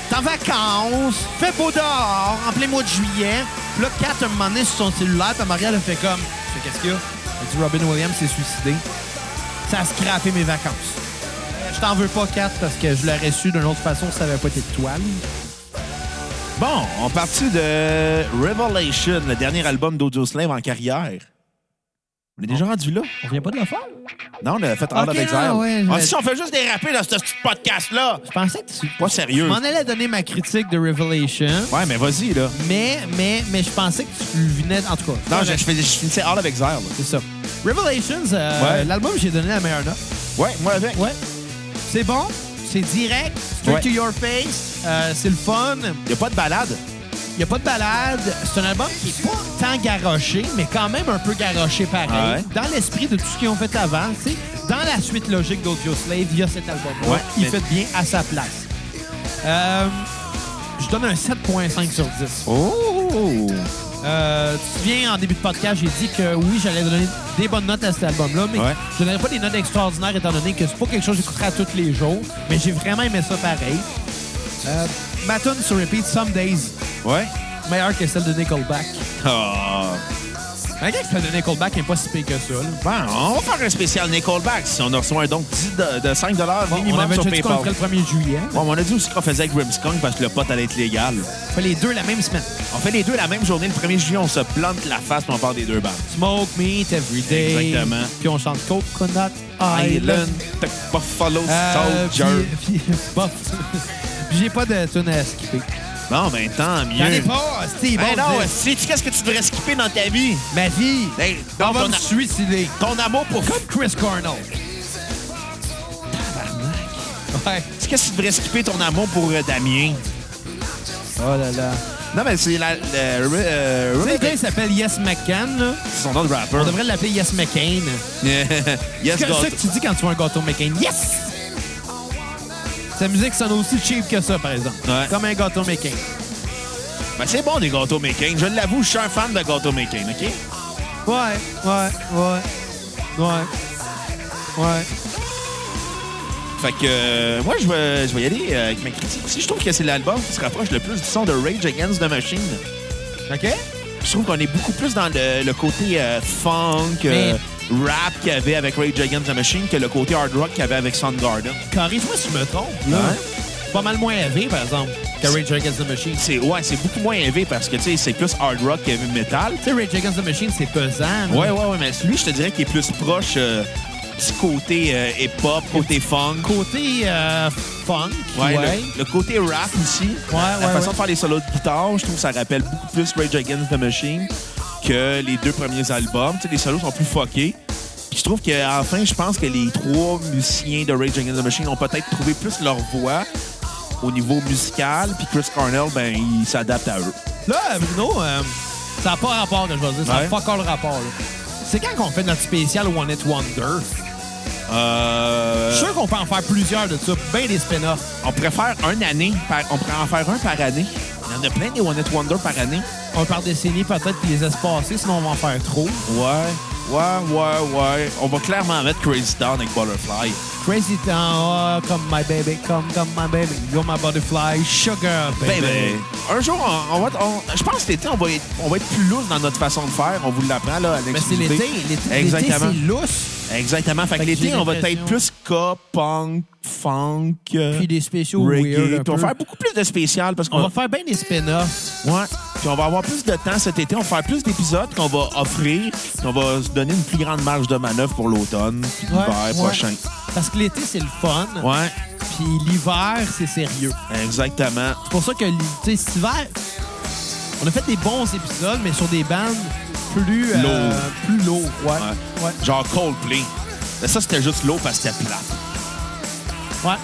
Speaker 2: T'es en vacances, fait beau dehors, en plein mois de juillet. Puis là, Kat, un moment donné, sur son cellulaire, puis Maria, elle a fait comme... Je fais, qu'est-ce qu'il y a? Elle dit, Robin Williams s'est suicidé. Ça a scrappé mes vacances. Je t'en veux pas, Kat, parce que je l'aurais su d'une autre façon si ça avait pas été de toile.
Speaker 1: Bon, on partit de Revelation, le dernier album d'Audio Slave en carrière. On est déjà rendu là?
Speaker 2: On vient pas de le faire?
Speaker 1: Non, on a fait Hard
Speaker 2: Ok,
Speaker 1: of Exile.
Speaker 2: non, ouais, je-
Speaker 1: Ah, si on fait juste déraper dans ce petit podcast-là.
Speaker 2: Je pensais que tu...
Speaker 1: Pas
Speaker 2: Je
Speaker 1: sérieux.
Speaker 2: m'en allais donner ma critique de Revelation,
Speaker 1: Ouais, mais vas-y, là.
Speaker 2: mais, mais, mais je pensais que tu venais... En tout cas,
Speaker 1: Non, je, je fais- je finissais Hard of Exile. là.
Speaker 2: c'est ça. Revelations, euh,
Speaker 1: Ouais.
Speaker 2: l'album, j'ai donné la meilleure note.
Speaker 1: Ouais, moi avec.
Speaker 2: Ouais. C'est bon, c'est direct, straight
Speaker 1: Ouais.
Speaker 2: to your face, euh, c'est le fun.
Speaker 1: Y a pas de balade.
Speaker 2: Il n'y a pas de balade. C'est un album qui n'est pas tant garoché, mais quand même un peu garoché pareil.
Speaker 1: Ah ouais?
Speaker 2: Dans l'esprit de tout ce qu'ils ont fait avant, tu sais, dans la suite logique d'Audio Slave, il y a cet album-là.
Speaker 1: Ouais,
Speaker 2: il
Speaker 1: mais-
Speaker 2: fait bien à sa place. Euh, je donne un 7,5 sur 10.
Speaker 1: Oh!
Speaker 2: Euh, tu te souviens, en début de podcast, j'ai dit que oui, j'allais donner des bonnes notes à cet album-là, mais
Speaker 1: Ouais.
Speaker 2: je donnerais pas des notes extraordinaires étant donné que c'est pas quelque chose que j'écouterai à tous les jours, mais j'ai vraiment aimé ça pareil. Euh, ma tune sur repeat, Some Days,
Speaker 1: Ouais?
Speaker 2: meilleure que celle de Nickelback.
Speaker 1: Ah.
Speaker 2: Un gars qui fait de Nickelback n'est pas si pire que ça. là.
Speaker 1: Bon, Ben, on va faire un spécial Nickelback si on a reçu un don de 10 de, de 5
Speaker 2: on
Speaker 1: minimum
Speaker 2: avait
Speaker 1: sur
Speaker 2: déjà dit qu'on le
Speaker 1: PayPal.
Speaker 2: ferait le 1er juillet.
Speaker 1: Bon, mais on a dit aussi qu'on faisait avec Grimmskong parce que le pote allait être légal.
Speaker 2: On fait les deux la même semaine.
Speaker 1: On fait les deux la même journée. Le 1er juillet, on se plante la face mais on part des deux bandes.
Speaker 2: Smoke meat every day.
Speaker 1: Exactement.
Speaker 2: Puis on chante Coconut Island.
Speaker 1: Island, Tech Buffalo
Speaker 2: Euh,
Speaker 1: Soldier.
Speaker 2: puis- puis- bon. Puis j'ai pas de tune à skipper.
Speaker 1: Bon, ben tant
Speaker 2: J'en ai
Speaker 1: mieux.
Speaker 2: pas, Steve.
Speaker 1: Ben non,
Speaker 2: bon,
Speaker 1: si tu qu'est-ce que tu devrais skipper dans ta vie?
Speaker 2: ma vie,
Speaker 1: Ben,
Speaker 2: on
Speaker 1: donc,
Speaker 2: va
Speaker 1: ton,
Speaker 2: me suicider.
Speaker 1: ton amour pour...
Speaker 2: Comme Chris Cornell. Ouais.
Speaker 1: Qu'est-ce que tu devrais skipper ton amour pour euh, Damien?
Speaker 2: Oh là là.
Speaker 1: Non, mais c'est la... la- euh,
Speaker 2: Tu sais, le
Speaker 1: Rebecca-
Speaker 2: gars, il s'appelle Yes McCann, là.
Speaker 1: c'est son nom de
Speaker 2: On
Speaker 1: rappeur.
Speaker 2: devrait l'appeler Yes McCain.
Speaker 1: yes,
Speaker 2: C'est ça
Speaker 1: God.
Speaker 2: que tu dis quand tu vois un gâteau McCain. Yes! Sa musique sonne aussi cheap que ça, par exemple.
Speaker 1: Ouais.
Speaker 2: Comme un gâteau McCain.
Speaker 1: Ben, c'est bon, des gâteaux making. Je l'avoue, je suis un fan de gâteaux making, OK?
Speaker 2: Ouais, ouais, ouais. Ouais. Ouais.
Speaker 1: Fait que euh, moi, je vais, je vais y aller euh, avec ma critique aussi. Je trouve que c'est l'album qui se rapproche le plus du son de Rage Against the Machine.
Speaker 2: OK?
Speaker 1: Je trouve qu'on est beaucoup plus dans le, le côté euh, funk, euh, rap qu'il y avait avec Rage Against the Machine que le côté hard rock qu'il y avait avec Soundgarden.
Speaker 2: Corrige-moi si je me trompe. là.
Speaker 1: Ouais.
Speaker 2: C'est hein? Pas mal moins élevé, par exemple, que Rage Against the Machine.
Speaker 1: C'est, ouais, c'est beaucoup moins élevé parce que, tu sais, c'est plus hard rock que metal.
Speaker 2: Tu sais, Rage Against the Machine, c'est pesant. là.
Speaker 1: Ouais, ouais, ouais, mais lui, je te dirais qu'il est plus proche euh, du côté euh, hip-hop, côté funk.
Speaker 2: Côté euh, funk,
Speaker 1: Ouais,
Speaker 2: ouais.
Speaker 1: Le, le côté rap aussi.
Speaker 2: Ouais,
Speaker 1: la
Speaker 2: ouais,
Speaker 1: façon
Speaker 2: ouais.
Speaker 1: de faire les solos de guitare, je trouve que ça rappelle beaucoup plus Rage Against the Machine que les deux premiers albums. Tu sais, les solos sont plus fuckés. Puis je trouve qu'enfin, je pense que les trois musiciens de Rage Against the Machine ont peut-être trouvé plus leur voix au niveau musical. Puis Chris Cornell, ben, il s'adapte à eux.
Speaker 2: Là, Bruno, euh, ça n'a pas rapport, là, je vais dire. Ça n'a
Speaker 1: Ouais.
Speaker 2: pas encore le rapport. là. C'est quand qu'on fait notre spécial One It Wonder?
Speaker 1: Euh,
Speaker 2: Je suis sûr qu'on peut en faire plusieurs de ça, bien des spin-offs.
Speaker 1: on pourrait faire un année. par- on pourrait en faire un par année. Il y en a plein des One Hit Wonder par année.
Speaker 2: Un par décennie peut-être, puis les espacer, sinon on va en faire trop.
Speaker 1: Ouais, ouais, ouais, ouais. On va clairement mettre Crazy Town avec Butterfly.
Speaker 2: Crazy Town, oh, come my baby, come, come my baby, you're my butterfly, sugar
Speaker 1: Baby.
Speaker 2: baby.
Speaker 1: Ben, Un jour, on, on va, être- on- je pense que l'été, on va, être, on va être plus loose dans notre façon de faire. On vous l'apprend, là, à
Speaker 2: Mais c'est
Speaker 1: l'exclusivité.
Speaker 2: l'été, l'été, l'été,
Speaker 1: Exactement.
Speaker 2: c'est lousse.
Speaker 1: Exactement. Fait que
Speaker 2: Fait que
Speaker 1: l'été,
Speaker 2: j'ai
Speaker 1: on va être
Speaker 2: l'impression-
Speaker 1: plus ska, punk, funk, euh,
Speaker 2: Puis des spéciaux weird
Speaker 1: reggae.
Speaker 2: un
Speaker 1: Puis on va
Speaker 2: peu.
Speaker 1: faire beaucoup plus de spéciales parce qu'on
Speaker 2: On va faire bien des spin-offs.
Speaker 1: Ouais. Puis on va avoir plus de temps cet été. On va faire plus d'épisodes qu'on va offrir. Puis On va se donner une plus grande marge de manœuvre pour l'automne puis l'hiver
Speaker 2: Ouais, ouais.
Speaker 1: prochain.
Speaker 2: Parce que l'été, c'est le fun.
Speaker 1: Ouais,
Speaker 2: Puis l'hiver, c'est sérieux.
Speaker 1: exactement.
Speaker 2: C'est pour ça que tu sais, cet hiver, on a fait des bons épisodes, mais sur des bandes plus euh,
Speaker 1: Lourds.
Speaker 2: plus lourds. Ouais.
Speaker 1: Ouais.
Speaker 2: Ouais.
Speaker 1: Genre Coldplay. Mais ça, c'était juste l'eau parce que c'était plat.
Speaker 2: Ouais.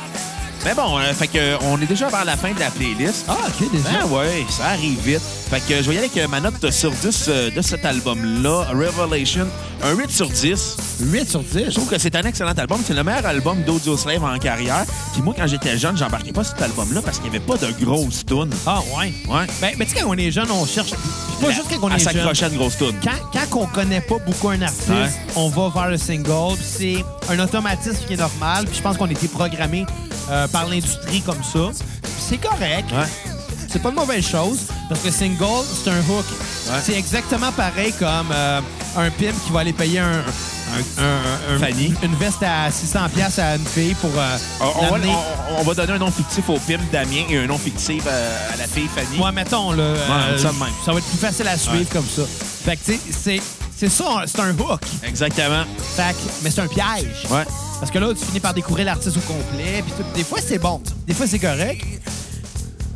Speaker 1: Mais bon, euh, fait que, euh, on est déjà vers la fin de la playlist.
Speaker 2: Ah, ok, déjà.
Speaker 1: Ah ouais, ça arrive vite. Fait que euh, je vais y aller avec euh, ma note sur 10 euh, de cet album-là, Revelation, un 8 sur 10.
Speaker 2: 8 sur 10.
Speaker 1: Je trouve que c'est un excellent album. C'est le meilleur album d'Audio Slave en carrière. Puis moi, quand j'étais jeune, j'embarquais pas sur cet album-là parce qu'il n'y avait pas de grosses tunes.
Speaker 2: Ah, ouais.
Speaker 1: Ouais.
Speaker 2: Ben, ben, tu sais, quand on est jeune, on cherche. Pas juste quand on
Speaker 1: à
Speaker 2: est jeune.
Speaker 1: s'accrocher à une grosse tune.
Speaker 2: Quand, quand on connaît pas beaucoup un artiste,
Speaker 1: Ouais.
Speaker 2: on va vers le single. puis C'est un automatisme qui est normal. Puis je pense qu'on a été programmé euh, par l'industrie comme ça. Puis C'est correct.
Speaker 1: Ouais.
Speaker 2: C'est pas une mauvaise chose, parce que single, c'est un hook.
Speaker 1: Ouais.
Speaker 2: C'est exactement pareil comme euh, un pimp qui va aller payer un, un- un- un-
Speaker 1: Fanny.
Speaker 2: une veste à 600$ piastres à une fille pour euh,
Speaker 1: On, Ah, on va,
Speaker 2: l'amener.
Speaker 1: on- on va donner un nom fictif au Pim Damien et un nom fictif euh, à la fille Fanny.
Speaker 2: Ouais, mettons, là, euh,
Speaker 1: ça de même.
Speaker 2: ça va être plus facile à suivre
Speaker 1: Ouais.
Speaker 2: comme ça. Fait que, tu sais, c'est- C'est ça, c'est un hook.
Speaker 1: Exactement.
Speaker 2: Fait que- mais c'est un piège.
Speaker 1: Ouais.
Speaker 2: Parce que là, tu finis par découvrir l'artiste au complet. Puis tout. des fois, c'est bon. Des fois, c'est correct.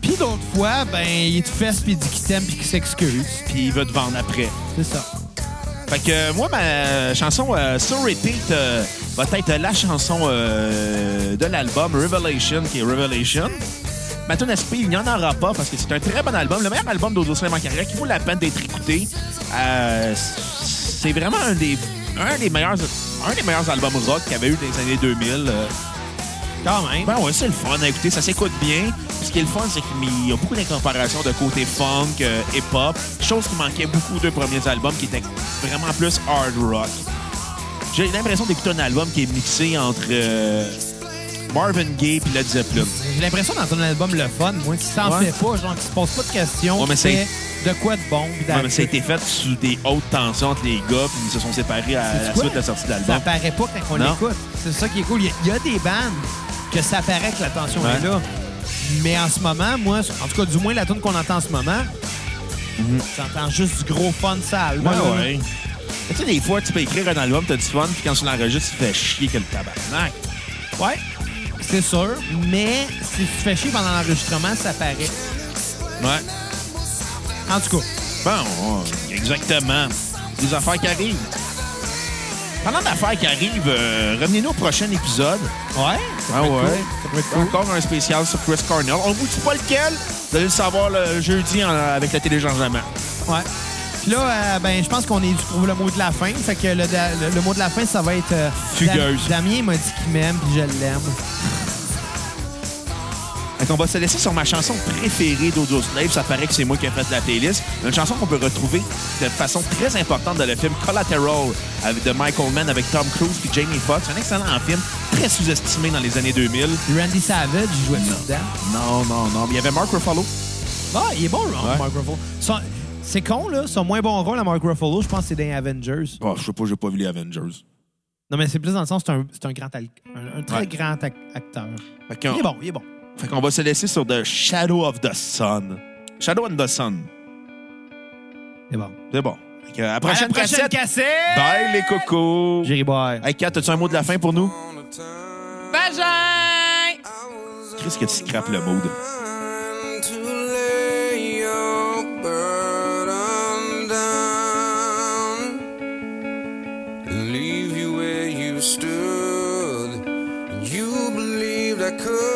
Speaker 2: Puis d'autres fois, ben, il te fesse, puis il dit qu'il t'aime, puis qu'il s'excuse.
Speaker 1: Puis il va te vendre après.
Speaker 2: C'est ça.
Speaker 1: Fait que euh, moi, ma chanson euh, So Repeat euh, va être la chanson euh, de l'album Revelation, qui est Revelation. Ma tune SP, il n'y en aura pas parce que c'est un très bon album, le meilleur album d'Odo Slim en carrière qui vaut la peine d'être écouté. Euh, c'est vraiment un des, un, des meilleurs, un des meilleurs albums rock qu'il y avait eu dans les années 2000. euh.
Speaker 2: Quand même.
Speaker 1: Ben ouais, c'est le fun à écouter, ça s'écoute bien. Ce qui est le fun, c'est qu'il y a beaucoup d'incomparations de côté funk, euh, hip-hop, chose qui manquait beaucoup aux deux premiers albums qui étaient vraiment plus hard rock. J'ai l'impression d'écouter un album qui est mixé entre euh, Marvin Gaye et Led Zeppelin.
Speaker 2: J'ai l'impression d'entendre un album le fun, moi, qui s'en
Speaker 1: Ouais.
Speaker 2: fait pas, genre, qui se pose pas de questions.
Speaker 1: Ouais, mais
Speaker 2: qui
Speaker 1: c'est-
Speaker 2: fait de quoi de bon, puis
Speaker 1: Ouais, mais ça a
Speaker 2: d'arriver.
Speaker 1: été fait sous des hautes tensions entre les gars, puis ils se sont séparés à la
Speaker 2: quoi?
Speaker 1: Euh, suite de la sortie de
Speaker 2: Ça
Speaker 1: l'album.
Speaker 2: paraît pas quand on
Speaker 1: Non.
Speaker 2: l'écoute. C'est ça qui est cool. Il y, a- il y a des bandes que ça paraît que la tension
Speaker 1: Ouais.
Speaker 2: est là. Mais en ce moment, moi, en tout cas, du moins la tune qu'on entend en ce moment, j'entends juste du gros fun sale.
Speaker 1: Mhm. Ouais, ouais. Mais Tu sais, des fois, tu peux écrire un album, t'as du fun, puis quand tu l'enregistres, tu te fais chier que le tabarnak.
Speaker 2: Ouais, c'est sûr. Mais si tu te fais chier pendant l'enregistrement, ça paraît.
Speaker 1: Ouais.
Speaker 2: En tout cas,
Speaker 1: Bon, euh, exactement. Des affaires qui arrivent. Parlant d'affaires qui arrivent, euh, revenez-nous au prochain épisode.
Speaker 2: ouais.
Speaker 1: Ah ouais.
Speaker 2: Ça peut être cool.
Speaker 1: Encore un spécial sur Chris Cornell. On vous dit pas lequel. Vous allez le savoir le jeudi en- avec le téléchargement.
Speaker 2: Ouais. Puis là, euh, ben, je pense qu'on est dû trouver le mot de la fin. Fait que le, da- le- le mot de la fin, ça va être. euh,
Speaker 1: Fugueuse.
Speaker 2: Dam- Damien m'a dit qu'il m'aime, puis je l'aime.
Speaker 1: Donc, on va se laisser sur ma chanson préférée d'Audio Slave. Ça paraît que c'est moi qui ai fait la playlist. Une chanson qu'on peut retrouver de façon très importante dans le film Collateral avec, de Michael Mann avec Tom Cruise puis Jamie Foxx. Un excellent film, très sous-estimé dans les années 2000.
Speaker 2: Randy Savage, il jouait dedans.
Speaker 1: Non, non, non. Mais Il y avait Mark Ruffalo.
Speaker 2: Ah, il est bon, là,
Speaker 1: Ouais.
Speaker 2: Mark Ruffalo. Son- C'est con, là. Son moins bon rôle à Mark Ruffalo, je pense que c'est dans Avengers.
Speaker 1: Oh, je sais pas, j'ai pas vu les Avengers.
Speaker 2: Non, mais c'est plus dans le sens, c'est un, c'est un, grand al- un, un très
Speaker 1: Ouais.
Speaker 2: grand ac- acteur.
Speaker 1: Fait qu'on,
Speaker 2: Il est bon, il est bon.
Speaker 1: fait qu'on va se laisser sur The Shadow of the Sun. Shadow and the Sun.
Speaker 2: Il est bon.
Speaker 1: C'est bon. Fait que, à la
Speaker 2: À la
Speaker 1: prochaine, cassette.
Speaker 2: cassette!
Speaker 1: Bye les cocos.
Speaker 2: Jerry Boy.
Speaker 1: Hey Kat, as-tu un mot de la fin pour nous?
Speaker 3: Vagin!
Speaker 1: Qu'est-ce que tu scrapes le mode?
Speaker 4: To lay your burden down, leave you where you stood. You believed I could.